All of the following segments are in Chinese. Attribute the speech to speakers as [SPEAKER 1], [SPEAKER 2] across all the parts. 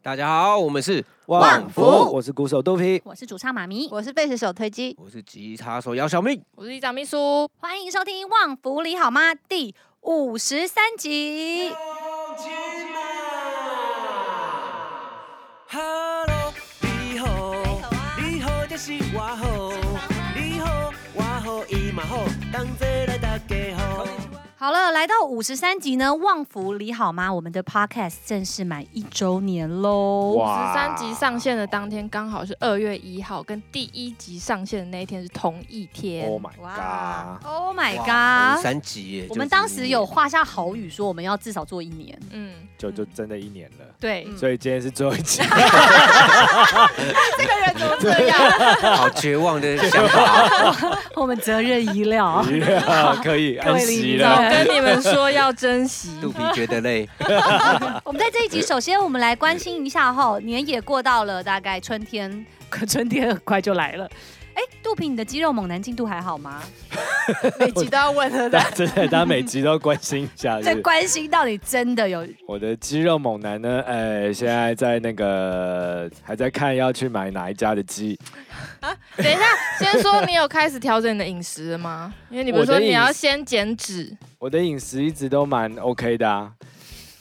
[SPEAKER 1] 大家好，我们是
[SPEAKER 2] 旺福
[SPEAKER 1] 我是鼓手杜皮，
[SPEAKER 3] 我是主唱妈咪，
[SPEAKER 2] 我是贝斯手推机，
[SPEAKER 1] 我是吉他手姚小明。
[SPEAKER 4] 我是里长秘书，
[SPEAKER 3] 欢迎收听《旺福你好吗》第五十三集。
[SPEAKER 5] Hello，你好，你好，这是我好，你好，我好，伊嘛好，同齐来大家好。
[SPEAKER 3] 好了，来到五十三集呢，《旺福你好吗》我们的 Podcast 正式满一周年喽。
[SPEAKER 4] 十三集上线的当天刚好是二月一号，跟第一集上线的那一天是同一天。
[SPEAKER 6] Oh my
[SPEAKER 3] 哇
[SPEAKER 6] god！
[SPEAKER 3] ！Oh my
[SPEAKER 1] 啊，
[SPEAKER 3] god！
[SPEAKER 1] 三集耶，
[SPEAKER 3] 我
[SPEAKER 1] 就
[SPEAKER 3] 们
[SPEAKER 1] 是
[SPEAKER 3] 当时有画下好语，说我们要至少做一年。
[SPEAKER 4] 嗯，
[SPEAKER 6] 就就真的一年了，
[SPEAKER 4] 对，
[SPEAKER 6] 所以今天是最后一集。
[SPEAKER 4] 这个人怎么这样？
[SPEAKER 1] 好绝望的想法，
[SPEAKER 3] 我们责任已了。
[SPEAKER 6] 可以安息
[SPEAKER 3] 各
[SPEAKER 6] 了
[SPEAKER 3] 位。
[SPEAKER 4] 跟你们说要 珍惜。
[SPEAKER 1] 肚皮觉得 累。
[SPEAKER 3] 我们在这一集，首先我们来关心一下哈，年也过到了，大概春天，可 春天很快就来了。哎，杜平，你的肌肉猛男进度还好吗？
[SPEAKER 2] 每集都要问的
[SPEAKER 6] 大家真的，大家每集都关心一下。
[SPEAKER 3] 在
[SPEAKER 6] 是
[SPEAKER 3] 关心到底真的有
[SPEAKER 6] 我的肌肉猛男呢？呃，现在在那个还在看要去买哪一家的鸡。
[SPEAKER 4] 等一下，先说你有开始调整你的饮食了吗？因为你不是
[SPEAKER 6] 我
[SPEAKER 4] 说
[SPEAKER 6] 的饮
[SPEAKER 4] 你
[SPEAKER 6] 食
[SPEAKER 4] 要先减脂
[SPEAKER 6] 我的饮食一直都蛮 OK 的啊，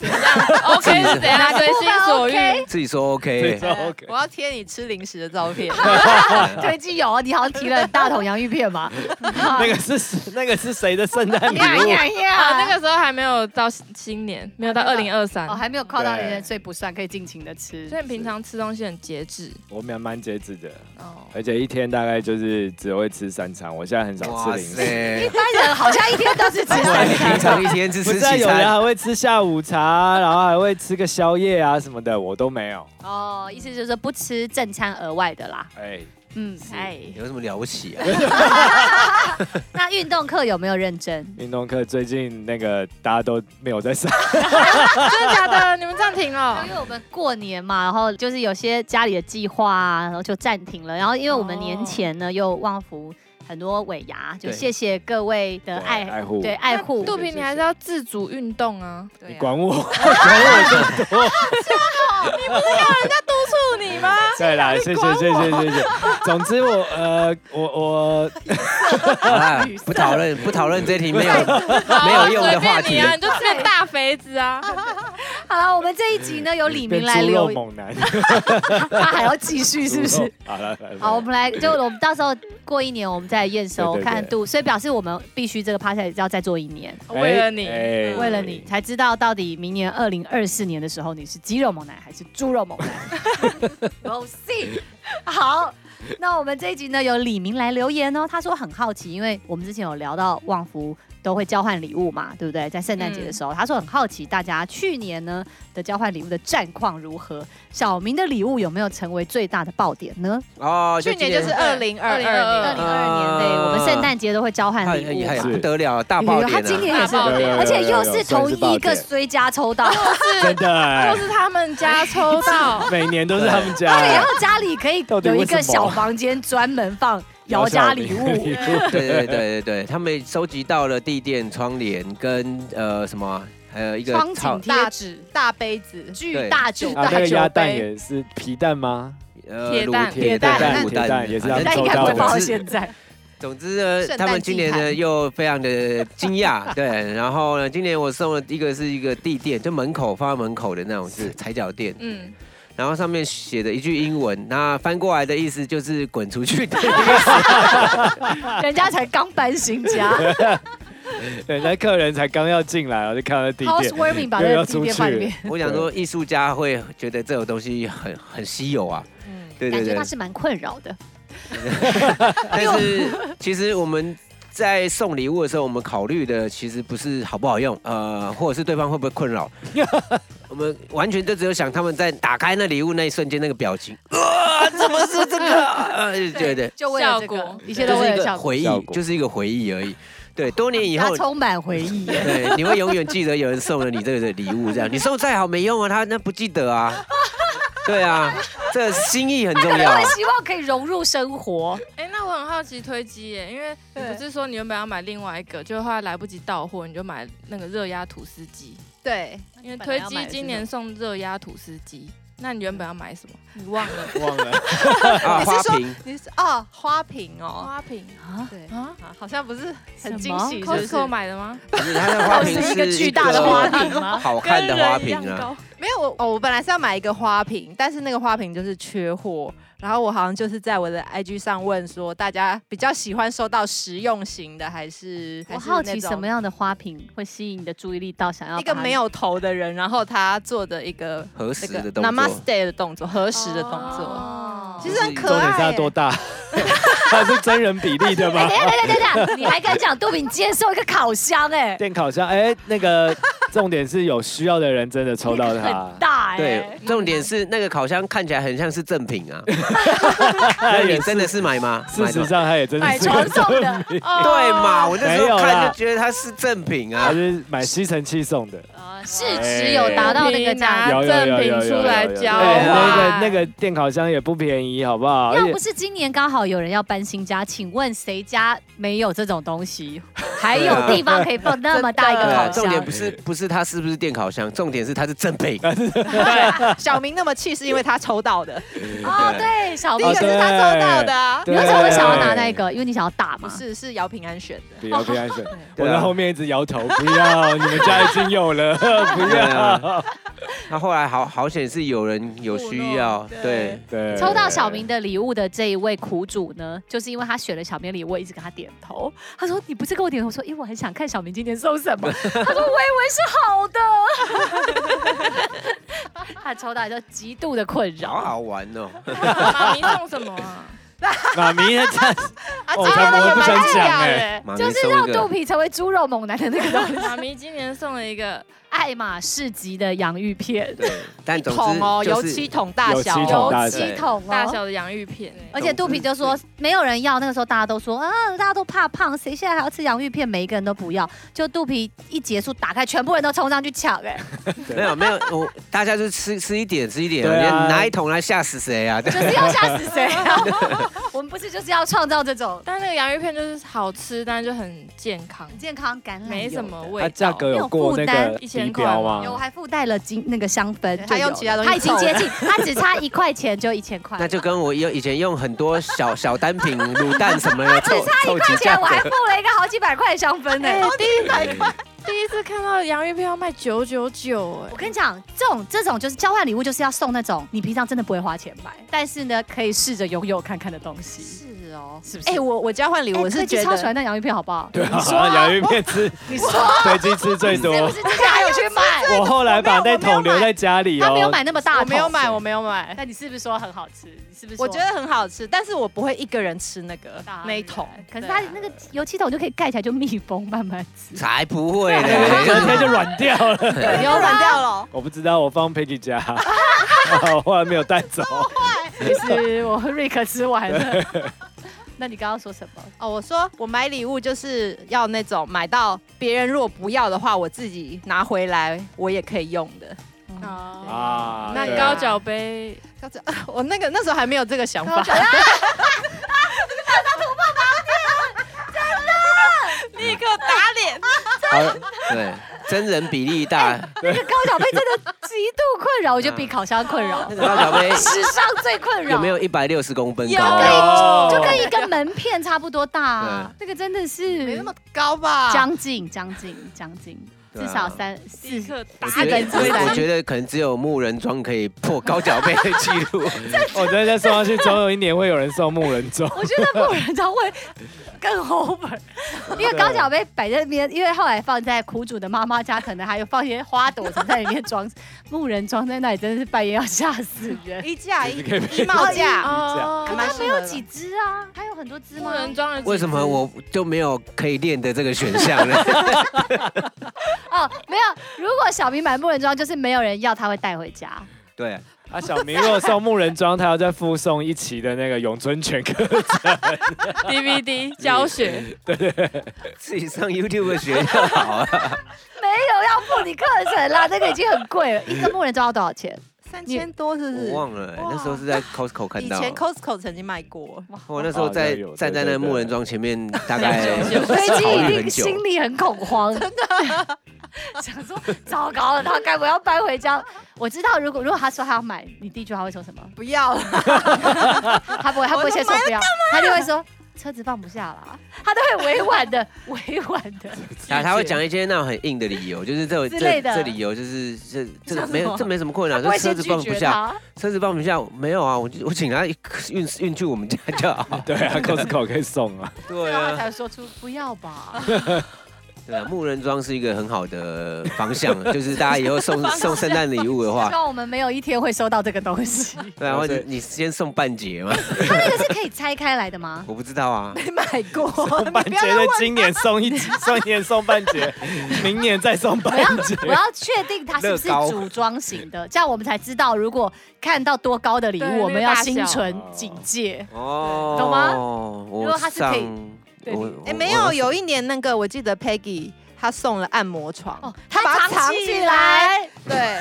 [SPEAKER 4] ，OK 是怎样？随心所欲。
[SPEAKER 1] 自己说 OK，
[SPEAKER 6] 对，OK
[SPEAKER 2] 我要贴你吃零食的照 片，
[SPEAKER 3] 推机有啊，你好像提了大桶洋芋片嘛？
[SPEAKER 6] 那个是那个是谁的圣诞 礼物？
[SPEAKER 3] 呀
[SPEAKER 4] 啊，那
[SPEAKER 3] 呀！
[SPEAKER 4] 个时候还没有到新年，没有到二零二三
[SPEAKER 3] 哦，，还没有靠到
[SPEAKER 6] 对
[SPEAKER 3] 人，所以不算，可以尽情的吃
[SPEAKER 4] 所。以你平常吃东西很节制。
[SPEAKER 6] 我蛮蛮节制的，
[SPEAKER 4] 哦，
[SPEAKER 6] 而且一天大概就是只会吃三餐。我现在很少吃零食。
[SPEAKER 1] 塞！
[SPEAKER 3] 一般人好像一天都是吃
[SPEAKER 1] 不然你平
[SPEAKER 3] 三餐。
[SPEAKER 1] 常一天只
[SPEAKER 6] 不
[SPEAKER 1] 吃
[SPEAKER 6] 是啊，
[SPEAKER 1] 几
[SPEAKER 6] 有人
[SPEAKER 1] 餐？
[SPEAKER 6] 还会吃下午茶，然后还会吃个宵夜啊什么的，我都没有。
[SPEAKER 3] 哦，意思就是说不吃正餐额外的啦。
[SPEAKER 6] 哎、
[SPEAKER 3] 嗯，
[SPEAKER 4] 哎，
[SPEAKER 1] 有什么了不起 啊？
[SPEAKER 3] 那运动课有没有认真？
[SPEAKER 6] 运动课最近那个大家都没有在上，
[SPEAKER 4] 真的假的？你们暂停了
[SPEAKER 3] 因？为我们过年嘛，然后就是有些家里的计划啊，然后就暂停了。然后因为我们
[SPEAKER 6] 哦
[SPEAKER 3] 年前呢又旺福很多尾牙，就
[SPEAKER 1] 对
[SPEAKER 3] 谢谢各位的
[SPEAKER 6] 对
[SPEAKER 3] 爱
[SPEAKER 6] 爱护
[SPEAKER 3] 对爱护。
[SPEAKER 4] 肚皮，你还是要自主运动啊。
[SPEAKER 2] 对
[SPEAKER 6] 你
[SPEAKER 2] 啊
[SPEAKER 6] 管 我，管我这么多，
[SPEAKER 4] 督促你吗？
[SPEAKER 6] 对啦，谢谢谢谢谢谢。总之我呃我我
[SPEAKER 1] 好啦不讨 论不讨论这题没有
[SPEAKER 3] 啊
[SPEAKER 1] 没有用的话
[SPEAKER 4] 随便你
[SPEAKER 1] 题。
[SPEAKER 4] 啊，你 就变大肥子啊！
[SPEAKER 3] 好了，我们这一集 呢有李明
[SPEAKER 6] 变
[SPEAKER 3] 来
[SPEAKER 6] 猪肉
[SPEAKER 3] 留言，
[SPEAKER 6] 猛男，
[SPEAKER 3] 他还要继续是不
[SPEAKER 6] 猪
[SPEAKER 3] 是
[SPEAKER 6] 肉？？ 好了，来
[SPEAKER 3] 好，我们来，就我们到时候过一年，我们再验收
[SPEAKER 6] 对对对
[SPEAKER 3] 看度，所以表示我们必须这个 p a s 要再做一年，
[SPEAKER 6] 哎
[SPEAKER 4] 为了你，
[SPEAKER 6] 哎
[SPEAKER 3] 为了你才知道到底明年二零二四年的时候你是肌肉猛男还是猪肉猛男。We'll see。好， 那我们这一集呢有李明来留言哦，他说很好奇，因为我们之前有聊到旺福都会交换礼物嘛，对不对？在圣诞节的时候，他说很好奇大家去年呢的交换礼物的战况如何，小明的礼物有没有成为最大的爆点呢？啊
[SPEAKER 1] 哦，
[SPEAKER 2] 去年就是二零二二
[SPEAKER 3] 二
[SPEAKER 2] 年
[SPEAKER 4] 2022
[SPEAKER 3] 零。二
[SPEAKER 6] 呃
[SPEAKER 3] 二年内，
[SPEAKER 1] 嗯
[SPEAKER 3] 我们圣诞节都会交换
[SPEAKER 1] 他
[SPEAKER 3] 礼物
[SPEAKER 1] 很哎很
[SPEAKER 3] 嘛。
[SPEAKER 1] 不
[SPEAKER 6] 哎是哎
[SPEAKER 1] 得了，大爆
[SPEAKER 3] 有他
[SPEAKER 1] 点
[SPEAKER 3] 今
[SPEAKER 1] 啊！
[SPEAKER 3] 年也是
[SPEAKER 4] 大，爆点
[SPEAKER 3] 而且又是同一个
[SPEAKER 6] 算是
[SPEAKER 3] 追加抽到，
[SPEAKER 6] 爆点真的
[SPEAKER 4] 都
[SPEAKER 6] 哎，，
[SPEAKER 4] 是他们家抽到
[SPEAKER 6] 每年都是他 们家
[SPEAKER 3] 对，然
[SPEAKER 6] 哎
[SPEAKER 3] 后家里可以有一个小房间专门放姚家礼物，
[SPEAKER 1] 对 对对对对，他们收集到了地垫、窗帘跟呃什么啊，还有一个
[SPEAKER 3] 窗
[SPEAKER 1] 套
[SPEAKER 3] 景贴纸、
[SPEAKER 2] 大杯子，
[SPEAKER 3] 巨大酒
[SPEAKER 6] 啊，那
[SPEAKER 3] 大
[SPEAKER 6] 个
[SPEAKER 3] 酒
[SPEAKER 6] 鸭 蛋
[SPEAKER 3] 杯，
[SPEAKER 6] 也是皮蛋吗？
[SPEAKER 1] 呃
[SPEAKER 4] 铁
[SPEAKER 1] 卤
[SPEAKER 4] 蛋
[SPEAKER 6] 铁蛋
[SPEAKER 1] 卤
[SPEAKER 6] 铁蛋也是
[SPEAKER 1] 啊反
[SPEAKER 6] 他
[SPEAKER 1] 正
[SPEAKER 3] 但
[SPEAKER 6] 们
[SPEAKER 3] 应该
[SPEAKER 6] 抽到
[SPEAKER 3] 不
[SPEAKER 1] 总
[SPEAKER 3] 会放到
[SPEAKER 6] 的
[SPEAKER 1] 之
[SPEAKER 3] 现在。
[SPEAKER 1] 总之呢，
[SPEAKER 2] 圣诞
[SPEAKER 1] 他们今年呢
[SPEAKER 2] 祭坛
[SPEAKER 1] 又非常的惊讶，对。然后呢，今年我送了一个是一个地垫，就门口放在门口的那种是踩脚垫，
[SPEAKER 4] 嗯，
[SPEAKER 1] 然后上面写的一句英文，那翻过来的意思就是滚出去的意思。
[SPEAKER 3] 人家才刚搬新家
[SPEAKER 6] 人家客人才刚要进来，我就看到地垫，
[SPEAKER 3] ，housewarming 把那个地垫放里面，
[SPEAKER 1] 我想说，艺术家会觉得这种东西很很稀有啊，
[SPEAKER 4] 嗯
[SPEAKER 1] 对对
[SPEAKER 3] 感觉
[SPEAKER 1] 对
[SPEAKER 3] 他。是蛮困扰的。 哎
[SPEAKER 1] 但是其实我们在送礼物的时候，我们考虑的其实不是好不好用，呃，或者是对方会不会困 扰，我们完全就只有想他们在打开那礼物那一瞬间那个表 情，啊，怎么是这个？呃，对对，
[SPEAKER 3] 就为了这个
[SPEAKER 4] 效果，
[SPEAKER 3] 一切
[SPEAKER 1] 就
[SPEAKER 3] 都
[SPEAKER 1] 是
[SPEAKER 3] 为
[SPEAKER 1] 一
[SPEAKER 3] 了
[SPEAKER 1] 个
[SPEAKER 3] 效果，
[SPEAKER 1] 回忆
[SPEAKER 6] 效，果
[SPEAKER 1] 就是一个回忆而已。对，多年以
[SPEAKER 3] 他
[SPEAKER 1] 后。
[SPEAKER 3] 充满回忆耶。
[SPEAKER 1] 对，你会永远记得有人送了你这个礼物，这样你送再好没用啊，他那不记得啊。对 啊，这心意很重
[SPEAKER 3] 可能
[SPEAKER 1] 要
[SPEAKER 3] 会。希望可以融入生活，
[SPEAKER 4] 哎，那我很好奇推机耶，因为你不是说你原本要买另外一个，就后来来不及到货，你就买那个热压吐司机，
[SPEAKER 2] 对，
[SPEAKER 4] 因为
[SPEAKER 3] 本来
[SPEAKER 4] 推
[SPEAKER 3] 要买的是
[SPEAKER 4] 机今年送热压吐司机，那你原本要买什么？你忘了？
[SPEAKER 6] 忘了。
[SPEAKER 1] 啊，
[SPEAKER 2] 你
[SPEAKER 1] 花
[SPEAKER 2] 是说
[SPEAKER 1] 瓶，
[SPEAKER 2] 你是哦花瓶哦，
[SPEAKER 4] 花瓶
[SPEAKER 3] 啊，
[SPEAKER 2] 对
[SPEAKER 4] 啊
[SPEAKER 2] 啊，好像不是很
[SPEAKER 3] 什
[SPEAKER 2] 惊
[SPEAKER 3] 么
[SPEAKER 2] 喜，是不是
[SPEAKER 4] ？Costco 买 的吗？
[SPEAKER 1] 不是它的花瓶
[SPEAKER 3] 是一
[SPEAKER 1] 是
[SPEAKER 3] 个巨大的花瓶吗？
[SPEAKER 1] 好 看的花瓶
[SPEAKER 4] 跟人一样
[SPEAKER 1] 啊。
[SPEAKER 4] 高。
[SPEAKER 2] 没有我哦，我本来是要买一个花瓶，但是那个花瓶就是缺货。然后我好像就是在我的 IG 上问说，大家比较喜欢收到实用型的，还是
[SPEAKER 3] 我好奇什么
[SPEAKER 2] 样
[SPEAKER 3] 样的花瓶会吸引你的注意力到想要
[SPEAKER 2] 一个
[SPEAKER 3] 把它
[SPEAKER 2] 没有头的人，然后他做的一个
[SPEAKER 1] 合
[SPEAKER 2] 那
[SPEAKER 1] 十
[SPEAKER 2] 个
[SPEAKER 1] 的动作，
[SPEAKER 2] Namaste 的动作，合十的动作，
[SPEAKER 4] 哦
[SPEAKER 2] 其实很可
[SPEAKER 6] 重点是
[SPEAKER 2] 爱
[SPEAKER 6] 他
[SPEAKER 2] 欸。
[SPEAKER 6] 多大？ 他是真人比例的
[SPEAKER 3] 哎
[SPEAKER 6] 吗？
[SPEAKER 3] 等一下，等一下，等一下，你还敢讲杜比接受一个烤箱、哎，
[SPEAKER 6] 电烤箱，哎、那个 重点是有需要的人真的抽到它
[SPEAKER 3] 很，大哎、
[SPEAKER 1] 对，重点是那个烤箱看起来很像是正品啊，
[SPEAKER 6] 但
[SPEAKER 1] 你
[SPEAKER 6] 也
[SPEAKER 1] 真的是哎买吗？
[SPEAKER 6] 事
[SPEAKER 1] 买的
[SPEAKER 6] 实
[SPEAKER 1] 吗
[SPEAKER 6] 上他也真的
[SPEAKER 3] 买
[SPEAKER 6] 是
[SPEAKER 3] 床
[SPEAKER 6] 个
[SPEAKER 3] 送 的，
[SPEAKER 1] 对嘛，我那时
[SPEAKER 6] 没有
[SPEAKER 1] 候
[SPEAKER 6] 啦
[SPEAKER 1] 看就觉得它是正品
[SPEAKER 6] 他
[SPEAKER 1] 啊，
[SPEAKER 6] 是买吸尘器送的，
[SPEAKER 3] 市值有达到那个价
[SPEAKER 4] 拿
[SPEAKER 1] 哎
[SPEAKER 3] 格。
[SPEAKER 6] 有有有
[SPEAKER 4] 赠
[SPEAKER 6] 有有
[SPEAKER 4] 品出
[SPEAKER 6] 有
[SPEAKER 4] 来
[SPEAKER 6] 有有
[SPEAKER 4] 交
[SPEAKER 6] 对那
[SPEAKER 4] 换
[SPEAKER 6] 个那个电烤箱也不便宜，好不好？
[SPEAKER 3] 啊
[SPEAKER 6] 哎
[SPEAKER 3] 要
[SPEAKER 6] 而
[SPEAKER 3] 不是今年刚好有人要搬新家，请问谁家没有这种东西？还有地方可以放那么大一个
[SPEAKER 1] 对
[SPEAKER 2] 真的
[SPEAKER 1] 啊，
[SPEAKER 3] 烤
[SPEAKER 1] 重点
[SPEAKER 3] 箱
[SPEAKER 1] 不？是不是它是不是电烤箱，重点是它是正 品。
[SPEAKER 2] 小明那么气是因为他抽到的，
[SPEAKER 3] 哦，对，小
[SPEAKER 2] 第
[SPEAKER 3] 明
[SPEAKER 2] 一个是他
[SPEAKER 1] 哦
[SPEAKER 2] 抽到的啊，
[SPEAKER 6] 对
[SPEAKER 3] 你为什么会想要拿那个？因为你想要大
[SPEAKER 2] 不
[SPEAKER 3] 嘛。
[SPEAKER 2] 是是姚平安选的。
[SPEAKER 6] 且比较偏 安全。我
[SPEAKER 1] 对啊
[SPEAKER 6] 在后面一直摇头，不要，你们家已经有 了，不
[SPEAKER 1] 对
[SPEAKER 6] 要。
[SPEAKER 1] 啊， 那后来好好险是有人有需要
[SPEAKER 2] 糊弄，
[SPEAKER 1] 对，
[SPEAKER 6] 对，
[SPEAKER 3] 抽到小明的礼物的这一位苦主呢，就是因为他选了小明的礼物，我一直跟他点头。他说：“你不是跟我点头？”我说：“因为我很想看小明今天送什么。” 他说：“我以为是好的。” 他抽到就极度的困
[SPEAKER 1] 好
[SPEAKER 3] 扰。
[SPEAKER 1] 好玩哦。
[SPEAKER 4] 妈咪送什么 啊？
[SPEAKER 6] 妈咪的赞，
[SPEAKER 2] 啊
[SPEAKER 6] 哦他我不想讲哎，
[SPEAKER 1] 妈咪
[SPEAKER 3] 就是
[SPEAKER 1] 送一
[SPEAKER 3] 让
[SPEAKER 1] 个
[SPEAKER 3] 肚皮成为猪肉猛男的那个东西
[SPEAKER 4] 妈咪今年送了一个
[SPEAKER 3] 爱马仕级的洋芋片，
[SPEAKER 1] 对，但总
[SPEAKER 2] 桶哦，
[SPEAKER 1] 之
[SPEAKER 2] 油
[SPEAKER 1] 就
[SPEAKER 2] 漆
[SPEAKER 1] 是
[SPEAKER 2] 桶大
[SPEAKER 6] 油漆
[SPEAKER 2] 小，哦
[SPEAKER 6] 桶
[SPEAKER 3] 油
[SPEAKER 6] 大
[SPEAKER 3] 漆
[SPEAKER 1] 小
[SPEAKER 3] 桶
[SPEAKER 4] 大
[SPEAKER 3] 哦。
[SPEAKER 4] 小的洋芋片，
[SPEAKER 3] 而且肚皮就说没有人要，那个时候大家都说，啊，大家都怕胖，谁现在还要吃洋芋片？每一个人都不要。就肚皮一结束，打开，全部人都冲上去抢，哎，
[SPEAKER 1] 没有没有，我大家就吃吃一点吃一点，
[SPEAKER 6] 对
[SPEAKER 1] 你
[SPEAKER 6] 啊
[SPEAKER 1] 拿一桶来吓死谁啊？对
[SPEAKER 3] 就是要吓死谁啊！ 我们不是就是要创造这种
[SPEAKER 4] 但那个洋芋片就是好吃，但是就很健康，
[SPEAKER 3] 健康感染，
[SPEAKER 4] 没什么。味道。
[SPEAKER 6] 它价格有过
[SPEAKER 3] 没有负
[SPEAKER 6] 那个
[SPEAKER 4] 担
[SPEAKER 6] 低标吗？
[SPEAKER 3] 有，还附带了金那个香氛，
[SPEAKER 2] 他用
[SPEAKER 3] 就有
[SPEAKER 2] 其他东西
[SPEAKER 3] 他已经
[SPEAKER 2] 凑
[SPEAKER 3] 接
[SPEAKER 2] 了
[SPEAKER 3] 近，他只差一块钱就一千块，
[SPEAKER 1] 那就跟我以以前用很多小小单品卤蛋什么的， 凑凑
[SPEAKER 3] 而
[SPEAKER 1] 几
[SPEAKER 3] 且
[SPEAKER 1] 价
[SPEAKER 3] 我还
[SPEAKER 1] 格。
[SPEAKER 3] 付了一个好几百块的香氛呢。
[SPEAKER 4] 第一次看到洋芋片要卖九九九，
[SPEAKER 3] 我跟你讲，这种这种就是交换礼物，就是要送那种你平常真的不会花钱买，但是呢可以试着拥有看看的东西。
[SPEAKER 2] 是哦，
[SPEAKER 3] 是不是
[SPEAKER 2] 哎，我我交换礼物，我
[SPEAKER 3] 科
[SPEAKER 2] 是
[SPEAKER 3] 技
[SPEAKER 2] 觉
[SPEAKER 3] 超喜
[SPEAKER 2] 得
[SPEAKER 3] 欢那洋芋片，好不好？
[SPEAKER 6] 对啊， 洋芋片吃，
[SPEAKER 3] 你说啊
[SPEAKER 6] 飞机吃最多。
[SPEAKER 3] 是不是？之前还有去买，
[SPEAKER 6] 我后来把那桶留在家里哦。
[SPEAKER 3] 他没有买那么大，
[SPEAKER 4] 哎
[SPEAKER 2] 我没有买，。我没有买，
[SPEAKER 3] 那你是不是说很好吃？你是不是说？
[SPEAKER 2] 我觉得很好吃，但是我不会一个人吃那个
[SPEAKER 3] 当然
[SPEAKER 2] 那一桶。
[SPEAKER 3] 可是它那个油漆桶就可以盖起来，就密封慢慢 吃。
[SPEAKER 1] 才不会
[SPEAKER 6] 对，对对隔
[SPEAKER 1] 嘞！
[SPEAKER 6] 天 就软掉了。
[SPEAKER 2] 对啊你又软掉了，
[SPEAKER 6] 我不知道，我放 Peggy 家， 我后来没有带走。
[SPEAKER 3] 其实我和瑞克吃完了。 那你刚刚说什 么？
[SPEAKER 2] 哦，我说我买礼物就是要那种买到别人如果不要的话，我自己拿回来我也可以用的。
[SPEAKER 6] 啊
[SPEAKER 4] 那
[SPEAKER 6] 对
[SPEAKER 4] 高脚杯，
[SPEAKER 2] 我那个那时候还没有这个想法，立刻打脸。
[SPEAKER 6] 好
[SPEAKER 1] 对，真人比例大，
[SPEAKER 3] 高脚杯真的极度困扰，我觉得比烤箱困扰
[SPEAKER 1] 那，个大小杯
[SPEAKER 3] 史上最困扰。
[SPEAKER 1] 嗯有没有一百六十公分
[SPEAKER 2] 有
[SPEAKER 1] 高
[SPEAKER 2] 可以
[SPEAKER 1] 啊？
[SPEAKER 6] 哦
[SPEAKER 3] 就跟一个门片差不多大、啊，这个真的
[SPEAKER 2] 没
[SPEAKER 3] 是
[SPEAKER 2] 那么高吧？
[SPEAKER 3] 将近将近将近，
[SPEAKER 1] 对啊
[SPEAKER 3] 至少三四
[SPEAKER 4] 立刻打
[SPEAKER 1] 我
[SPEAKER 3] 四
[SPEAKER 1] 觉
[SPEAKER 3] 根
[SPEAKER 1] 得
[SPEAKER 3] 之
[SPEAKER 1] 我
[SPEAKER 3] 类。
[SPEAKER 1] 觉得可能只有木人桩可以破高脚杯的记 录。
[SPEAKER 6] 我真的送上去，总有一年会有人送木人 桩。
[SPEAKER 3] 我觉得木人装会更 over，因为高脚杯摆在那边，因为后来放在苦主的妈妈家，可能还有放一些花朵什么在里面装。木人装在那里真的是半夜要吓死 人。
[SPEAKER 2] 衣架、
[SPEAKER 6] 你
[SPEAKER 2] 衣
[SPEAKER 6] 可以被
[SPEAKER 2] 衣帽架，
[SPEAKER 4] 哦
[SPEAKER 2] 还
[SPEAKER 3] 可
[SPEAKER 2] 蛮
[SPEAKER 3] 它
[SPEAKER 2] 适合的
[SPEAKER 3] 没有几只啊，还有很多只
[SPEAKER 4] 不
[SPEAKER 3] 吗？
[SPEAKER 4] 能 装了。
[SPEAKER 1] 为什么我就没有可以练的这个选项呢？
[SPEAKER 3] 哦，没有。如果小明买木人装，就是没有人要，他会带回家。
[SPEAKER 1] 对，
[SPEAKER 6] 啊，小明如果送木人桩，他要再附送一期的那个咏春拳课。
[SPEAKER 4] DVD 教学？
[SPEAKER 1] 自己上 YouTube 学就好啊。
[SPEAKER 3] 没有要付你课程啦，这个已经很贵了，一个木人装要多少钱？
[SPEAKER 2] 三千多 是不
[SPEAKER 1] 我
[SPEAKER 2] 是？
[SPEAKER 1] 忘了欸、
[SPEAKER 2] 哇
[SPEAKER 1] 那时候是在 Costco 看
[SPEAKER 2] 以
[SPEAKER 1] 到。
[SPEAKER 2] 前 Costco 曾经卖过，
[SPEAKER 1] 我那时候
[SPEAKER 6] 哦
[SPEAKER 1] 在
[SPEAKER 6] 有有
[SPEAKER 1] 站在那
[SPEAKER 6] 对对对
[SPEAKER 1] 木人桩前面，大概
[SPEAKER 4] 很久
[SPEAKER 3] 飞
[SPEAKER 1] 考虑
[SPEAKER 3] 机一
[SPEAKER 1] 很
[SPEAKER 3] 定
[SPEAKER 1] 久
[SPEAKER 3] 心里很恐慌，真的。想说糟糕了，他该不要搬回家？我知道，如果如果他说他要买，你第一句话会说 什么？
[SPEAKER 2] 不要了，
[SPEAKER 3] 他不会，他不会先说不要，他就会说车子放不下了，他都会委婉的、 委婉的。
[SPEAKER 1] 他他会讲一些那种很硬的理由，就是这
[SPEAKER 3] 之
[SPEAKER 1] 这
[SPEAKER 3] 类的
[SPEAKER 1] 这理由就是这这
[SPEAKER 3] 像
[SPEAKER 1] 个
[SPEAKER 3] 什
[SPEAKER 1] 没有
[SPEAKER 3] 么
[SPEAKER 1] 这没什么困
[SPEAKER 3] 他
[SPEAKER 1] 扰，
[SPEAKER 3] 不
[SPEAKER 1] 就
[SPEAKER 3] 会
[SPEAKER 1] 车
[SPEAKER 3] 先
[SPEAKER 1] 子
[SPEAKER 3] 拒
[SPEAKER 1] 放不
[SPEAKER 3] 绝
[SPEAKER 1] 下，
[SPEAKER 3] 他，
[SPEAKER 1] 车子放不下没有啊，我就我请他一运运去我们家就 好。
[SPEAKER 6] 对啊，Costco 可以送啊。
[SPEAKER 1] 对
[SPEAKER 3] 然后他才
[SPEAKER 1] 啊，
[SPEAKER 3] 会说出不要吧。
[SPEAKER 1] 对啊，木人桩是一个很好的方向，啊就是大家以后送送圣诞礼物的话
[SPEAKER 3] 希，望我们没有一天会收到这个 东西。
[SPEAKER 1] 对啊，或者你先送半截嘛，
[SPEAKER 3] 它那个是可以拆开来的吗？
[SPEAKER 1] 我不知道 啊。
[SPEAKER 2] 没买过，
[SPEAKER 6] 半
[SPEAKER 2] 你不
[SPEAKER 6] 截
[SPEAKER 2] 要再
[SPEAKER 6] 的
[SPEAKER 2] 问
[SPEAKER 6] 今年送一集，送一年送半截，明年再送半截。
[SPEAKER 3] 我要确定它是不是
[SPEAKER 1] 乐高
[SPEAKER 3] 组装型的，这样我们才知道，如果看到多高的礼
[SPEAKER 4] 对
[SPEAKER 3] 物，我们
[SPEAKER 4] 那个
[SPEAKER 3] 要
[SPEAKER 4] 大
[SPEAKER 3] 心
[SPEAKER 4] 小
[SPEAKER 3] 存警戒。
[SPEAKER 1] 哦，
[SPEAKER 3] 懂吗
[SPEAKER 1] 我
[SPEAKER 3] 如果他是可以对
[SPEAKER 1] 我
[SPEAKER 2] 哎、没有，有
[SPEAKER 1] 一
[SPEAKER 2] 一年那个我记得 Peggy 她送了按摩床，
[SPEAKER 3] 哦，
[SPEAKER 2] 她把它藏起来，，对，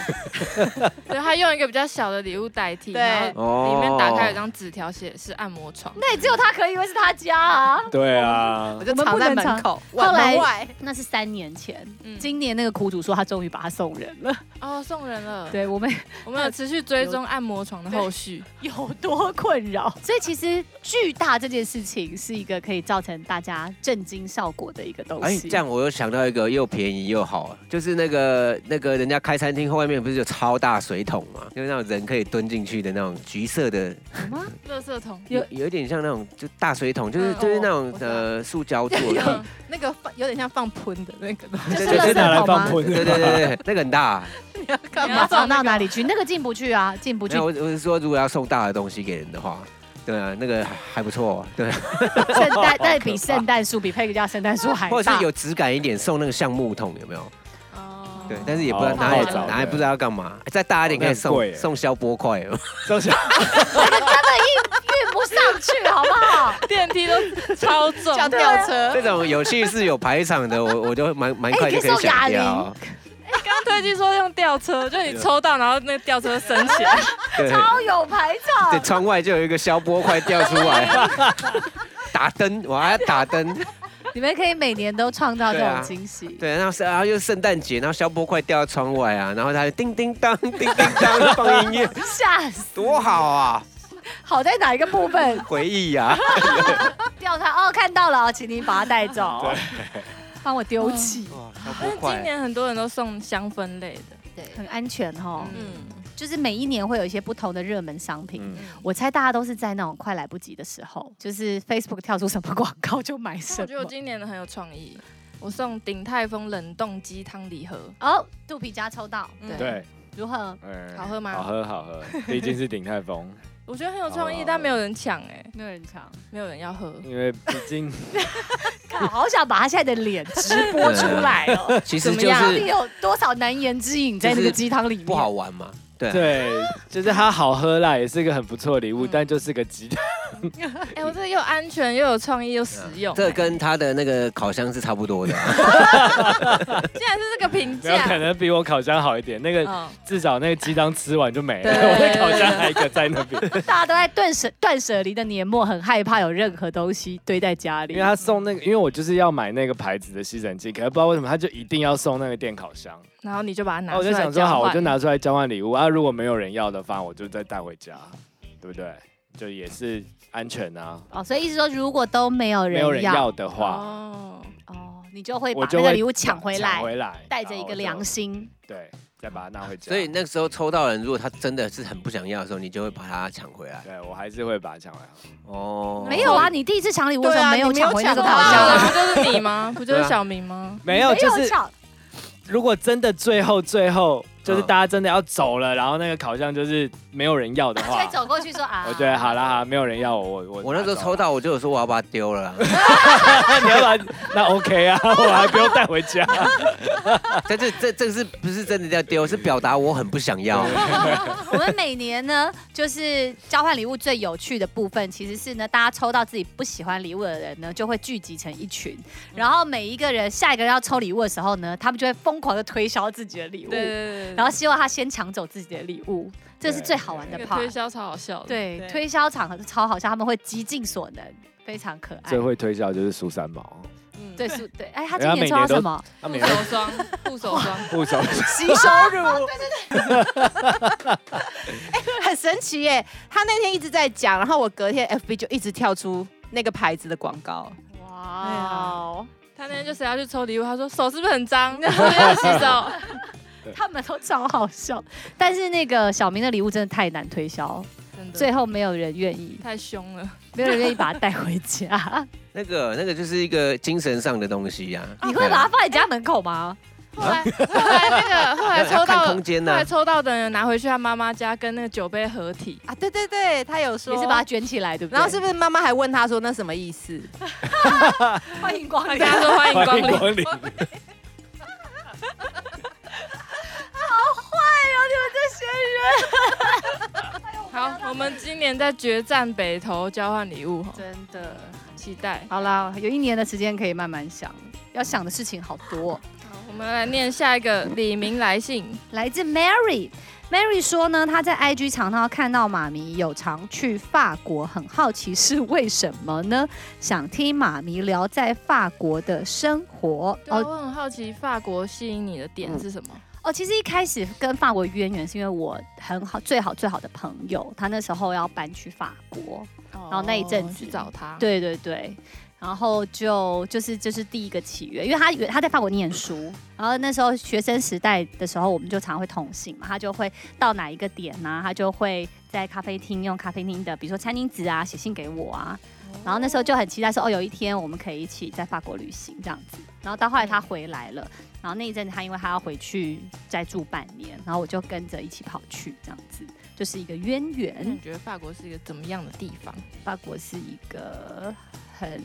[SPEAKER 4] 对他用一个比较小的礼物代替，
[SPEAKER 2] 对
[SPEAKER 4] 然后
[SPEAKER 1] 哦
[SPEAKER 4] 里面打开有张纸条，写是按摩床。
[SPEAKER 3] 那也只有他可以，以为是他家啊。
[SPEAKER 6] 对啊
[SPEAKER 2] 我，就藏在门口，
[SPEAKER 3] 我们
[SPEAKER 2] 往
[SPEAKER 3] 不能藏
[SPEAKER 2] 门
[SPEAKER 3] 后
[SPEAKER 2] 外。
[SPEAKER 3] 那是三年前，
[SPEAKER 4] 嗯
[SPEAKER 3] 今年那个苦主说他终于把它送人了。
[SPEAKER 4] 哦，送人了。
[SPEAKER 3] 对我们
[SPEAKER 4] 我们有持续追踪按摩床的后续。
[SPEAKER 3] 有多困扰。 所以其实巨大这件事情是一个可以造成大家震惊效果的一个东
[SPEAKER 1] 哎，
[SPEAKER 3] 西。
[SPEAKER 1] 这样我又想到一个又便宜又好，啊就是那个那个人家开餐厅后面不是有超大水桶嘛，就是那种人可以蹲进去的那种橘色的，
[SPEAKER 3] 有 吗？
[SPEAKER 4] 垃圾桶
[SPEAKER 1] 有有一点像那种就大水桶，就是
[SPEAKER 4] 嗯
[SPEAKER 1] 就是那种
[SPEAKER 2] 我知道
[SPEAKER 1] 呃塑胶做的，
[SPEAKER 2] 那个放有点像放喷的那个东西，
[SPEAKER 3] 就
[SPEAKER 1] 对
[SPEAKER 3] 是垃
[SPEAKER 1] 对
[SPEAKER 6] 是拿
[SPEAKER 3] 圾
[SPEAKER 6] 来
[SPEAKER 3] 桶吗
[SPEAKER 6] 放？喷
[SPEAKER 1] 对对
[SPEAKER 6] 的。
[SPEAKER 1] 对对，那个很大。
[SPEAKER 2] 你要干
[SPEAKER 3] 你要
[SPEAKER 4] 你要
[SPEAKER 2] 嘛？
[SPEAKER 4] 放
[SPEAKER 3] 放
[SPEAKER 4] 那
[SPEAKER 3] 到
[SPEAKER 4] 个
[SPEAKER 3] 哪里去？那个进不去啊，进不
[SPEAKER 1] 没
[SPEAKER 3] 去
[SPEAKER 1] 有，。我我是说如果要送大的东西给人的话，对啊，那个还还不错，啊对，
[SPEAKER 3] 圣诞，但比圣诞树比佩格家圣诞树还
[SPEAKER 1] 或者
[SPEAKER 3] 大
[SPEAKER 1] 是。有质感一点，送那个橡木桶有没有？
[SPEAKER 4] 哦，
[SPEAKER 1] 对，但是也不知道
[SPEAKER 6] 哦
[SPEAKER 1] 拿来
[SPEAKER 3] 泡澡
[SPEAKER 1] 拿来
[SPEAKER 6] 的
[SPEAKER 1] 不知道要干嘛，哎再大一点
[SPEAKER 6] 哦
[SPEAKER 1] 可
[SPEAKER 6] 那
[SPEAKER 1] 以
[SPEAKER 6] 很
[SPEAKER 1] 送
[SPEAKER 6] 贵耶
[SPEAKER 1] 送消波块，有没有
[SPEAKER 6] 就是
[SPEAKER 3] 运不上去，好 不好？啊
[SPEAKER 4] 电梯都超重，
[SPEAKER 2] 叫吊车，
[SPEAKER 1] 这种有趣是有排场的，我 我就蛮蛮快就可以
[SPEAKER 3] 哎可以送哑
[SPEAKER 1] 想
[SPEAKER 3] 铃
[SPEAKER 1] 掉。
[SPEAKER 4] 刚推机说用吊车，就你抽到，然后那个吊车升起来，
[SPEAKER 1] 对，
[SPEAKER 3] 超有排
[SPEAKER 1] 对，
[SPEAKER 3] 场，
[SPEAKER 1] 窗外就有一个消波块掉出来， 打灯，我还要打灯。
[SPEAKER 3] 你们可以每年都创造
[SPEAKER 1] 对
[SPEAKER 3] 这种
[SPEAKER 1] 啊
[SPEAKER 3] 惊喜。
[SPEAKER 1] 对，然后是然后又圣诞节，然后消波块掉到窗外啊，然后它就叮叮当叮叮当放音乐，
[SPEAKER 3] 吓死！
[SPEAKER 1] 多好啊，
[SPEAKER 3] 好在哪一个 部分
[SPEAKER 1] 回忆呀、啊。
[SPEAKER 3] 掉它？哦，看到了哦，请你把它带走，帮我丢弃，
[SPEAKER 1] 哇，消
[SPEAKER 4] 但
[SPEAKER 1] 波
[SPEAKER 4] 是今
[SPEAKER 1] 块。
[SPEAKER 4] 年很多人都送香氛类的，
[SPEAKER 3] 很安全哦。
[SPEAKER 4] 嗯，
[SPEAKER 3] 就是每一年会有一些不同的热门商品。
[SPEAKER 6] 嗯
[SPEAKER 3] 我猜大家都是在那种快来不及的时候，就是 Facebook 跳出什么广告就买什
[SPEAKER 4] 我觉得我
[SPEAKER 3] 么。
[SPEAKER 4] 今年的很有创意，我送鼎泰丰冷冻鸡汤礼盒，
[SPEAKER 3] 哦，肚皮夹抽到，
[SPEAKER 4] 嗯
[SPEAKER 3] 对，
[SPEAKER 6] 对，
[SPEAKER 3] 如何？
[SPEAKER 6] 嗯
[SPEAKER 4] 好喝吗
[SPEAKER 6] 好喝，好喝，毕竟是鼎泰丰，
[SPEAKER 4] 我觉得很有创意
[SPEAKER 6] 哦，
[SPEAKER 4] 但没有人抢哎，
[SPEAKER 3] 没有人抢，
[SPEAKER 4] 没有人要喝，
[SPEAKER 6] 因为毕竟
[SPEAKER 3] 看，好想把他现在的脸直播出来哦。
[SPEAKER 1] 其实
[SPEAKER 4] 怎么
[SPEAKER 1] 就
[SPEAKER 4] 样
[SPEAKER 3] 到底
[SPEAKER 1] 是
[SPEAKER 3] 有多少难言之隐在那个鸡汤里面？
[SPEAKER 1] 不好玩嘛，对啊、
[SPEAKER 6] 对，就是它好喝啦，也是一个很不错的礼
[SPEAKER 4] 嗯
[SPEAKER 6] 物，但就是个鸡蛋。 嗯
[SPEAKER 4] 哎，我这又安全又有创意又实用，欸
[SPEAKER 1] 这跟他的那个烤箱是差不多的啊、
[SPEAKER 4] 竟然是 这个评
[SPEAKER 6] 没有
[SPEAKER 4] 价
[SPEAKER 6] 可，能比我烤箱好一点，那个
[SPEAKER 4] 嗯，
[SPEAKER 6] 至少那个鸡汤吃完就没了，
[SPEAKER 4] 对
[SPEAKER 6] 我的烤箱还有一个在那 边。
[SPEAKER 3] 大家都在断舍断舍离的年末，很害怕有任何东西堆在家里。
[SPEAKER 6] 因为他送那个，因为我就是要买那个牌子的吸尘器，可是不知道为什么他就一定要送那个电烤箱。
[SPEAKER 4] 然后你就把它拿
[SPEAKER 6] 那哦
[SPEAKER 4] 出
[SPEAKER 6] 我
[SPEAKER 4] 来
[SPEAKER 6] 就想说，
[SPEAKER 4] 交
[SPEAKER 6] 好，我
[SPEAKER 4] 换
[SPEAKER 6] 就拿出来交换礼物啊。如果没有人要的话，我就再带回家，对不对？就也是安全啊。
[SPEAKER 3] 哦，所以意思说，如果都没有
[SPEAKER 6] 没
[SPEAKER 3] 人
[SPEAKER 6] 有人
[SPEAKER 3] 要
[SPEAKER 6] 要的话，
[SPEAKER 4] 哦，
[SPEAKER 3] 哦，你就会把
[SPEAKER 6] 我就
[SPEAKER 3] 那个
[SPEAKER 6] 会
[SPEAKER 3] 礼物抢回
[SPEAKER 6] 抢
[SPEAKER 3] 来，
[SPEAKER 6] 回来
[SPEAKER 3] 带着一个良，
[SPEAKER 6] 然
[SPEAKER 3] 心。
[SPEAKER 6] 后我就对，再把它拿回家。
[SPEAKER 1] 所以那个时候抽到的人，如果他真的是很不想要的时候，你就会把它抢回来。
[SPEAKER 6] 对我还是会把它抢回来。
[SPEAKER 1] 哦，
[SPEAKER 3] 没有啊，你第一次抢礼物的时
[SPEAKER 2] 对
[SPEAKER 3] 候
[SPEAKER 2] 啊
[SPEAKER 3] 没有
[SPEAKER 2] 你没有
[SPEAKER 3] 抢回那个烤
[SPEAKER 2] 抢
[SPEAKER 3] 箱
[SPEAKER 2] 到
[SPEAKER 3] 啊
[SPEAKER 2] 啊
[SPEAKER 4] 那不就是 你吗？
[SPEAKER 6] 啊
[SPEAKER 4] 不就是小明吗？
[SPEAKER 6] 没有，就是
[SPEAKER 3] 抢
[SPEAKER 6] 如果真的最后最后就是
[SPEAKER 1] 嗯
[SPEAKER 6] 大家真的要走了，然后那个烤箱就是没有人要的
[SPEAKER 3] 就
[SPEAKER 6] 话
[SPEAKER 3] 会，走过去说啊，
[SPEAKER 6] 我觉得好啦好啦，没有人要我，我我
[SPEAKER 1] 我那时候
[SPEAKER 6] 拿走
[SPEAKER 1] 抽
[SPEAKER 6] 了
[SPEAKER 1] 到，我就有说我要把它丢 了啦，
[SPEAKER 6] 那你要把那 OK 啊，我还不用带 回家。
[SPEAKER 1] 但这这这个是不是真的要丢？是表达我很不想要。
[SPEAKER 3] 我们每年呢，就是交换礼物最有趣的部分，其实是呢，大家抽到自己不喜欢礼物的人呢，就会聚集成一群，然后每一个人下一个人要抽礼物的时候呢，他们就会疯狂的推销自己的礼物，
[SPEAKER 6] 啊
[SPEAKER 4] 对对对对，
[SPEAKER 3] 然后希望他先抢走自己的礼物，这是
[SPEAKER 6] 对
[SPEAKER 3] 最好玩的
[SPEAKER 4] 那个推
[SPEAKER 3] part。
[SPEAKER 4] 销超好笑的，
[SPEAKER 3] 对，
[SPEAKER 2] 对
[SPEAKER 3] 推销场合超好笑，他们会极尽所能，非常可爱。
[SPEAKER 6] 会推销就是苏三毛，
[SPEAKER 4] 嗯，
[SPEAKER 3] 对，是对，哎，他今
[SPEAKER 6] 人家
[SPEAKER 3] 年
[SPEAKER 6] 每
[SPEAKER 3] 抽到
[SPEAKER 6] 年都
[SPEAKER 3] 什么？
[SPEAKER 6] 他
[SPEAKER 4] 护
[SPEAKER 6] 每
[SPEAKER 4] 手
[SPEAKER 6] 个
[SPEAKER 4] 霜， 护手霜，
[SPEAKER 6] 护 手
[SPEAKER 2] 洗手乳，对对对，哎，很神奇耶！他那天一直在讲，然后我隔天 FB 就一直跳出那个牌子的广告，
[SPEAKER 3] 哇，
[SPEAKER 4] 他那天就是要去抽礼物，他说手是不是很脏？ 然后要洗手。
[SPEAKER 3] 他们都超好笑，但是那个小明的礼物真的太难推销，
[SPEAKER 4] 真的
[SPEAKER 3] 最后没有人愿意，
[SPEAKER 4] 太凶了，
[SPEAKER 3] 没有人愿意把它带回家。
[SPEAKER 1] 那个那个就是一个精神上的东西呀、
[SPEAKER 6] 啊
[SPEAKER 3] 你会把它放在家门口吗？
[SPEAKER 4] 后来后来那个后来抽
[SPEAKER 1] 要看
[SPEAKER 4] 到
[SPEAKER 1] 空间
[SPEAKER 4] 后
[SPEAKER 1] 呐、
[SPEAKER 4] 来抽到的人拿回去他妈妈家，跟那个酒杯合体。
[SPEAKER 2] 啊，对对对，他有哎说，
[SPEAKER 3] 也是把它卷起来，对不对？
[SPEAKER 2] 然后是不是妈妈还问他说那什么意思？
[SPEAKER 3] 欢迎光
[SPEAKER 4] 跟他说欢迎光
[SPEAKER 6] 欢迎
[SPEAKER 4] 临，
[SPEAKER 6] 光临，
[SPEAKER 4] 好，我们今年在决战北投交换礼物，
[SPEAKER 3] 真的。
[SPEAKER 4] 期待。
[SPEAKER 3] 好啦，啊有一年的时间可以慢慢想，要想的事情好多。
[SPEAKER 4] 我们来念下一个李明来信，
[SPEAKER 3] 来自 Mary。Mary 说呢，她在 IG 常常看到妈咪有常去法国，很好奇是为什么呢？ 想听妈咪聊在法国的生活。
[SPEAKER 4] 对啊
[SPEAKER 3] 哦
[SPEAKER 4] 我很好奇法国吸引你的点是什么？
[SPEAKER 3] 哦，其实一开始跟法国渊源是因为我很好最好最好的朋友，他那时候要搬去法国，
[SPEAKER 4] 然
[SPEAKER 3] 后那一阵子
[SPEAKER 4] 哦去找他，，
[SPEAKER 3] 对对对，然后就就是就是第一个起源，因为他原他在法国念书，然后那时候学生时代的时候，我们就常会同行嘛，他就会到哪一个点呢、他就会在咖啡厅用咖啡厅的，比如说餐巾纸啊，写信给我啊，然后那时候就很期待说，哦，有一天我们可以一起在法国旅行这样子。然后到后来他回来了，然后那一阵子他因为他要回去再住半年，然后我就跟着一起跑去这样子，就是一个渊源。
[SPEAKER 4] 嗯那你觉得法国是一个怎么样的地方？
[SPEAKER 3] 法国是一个很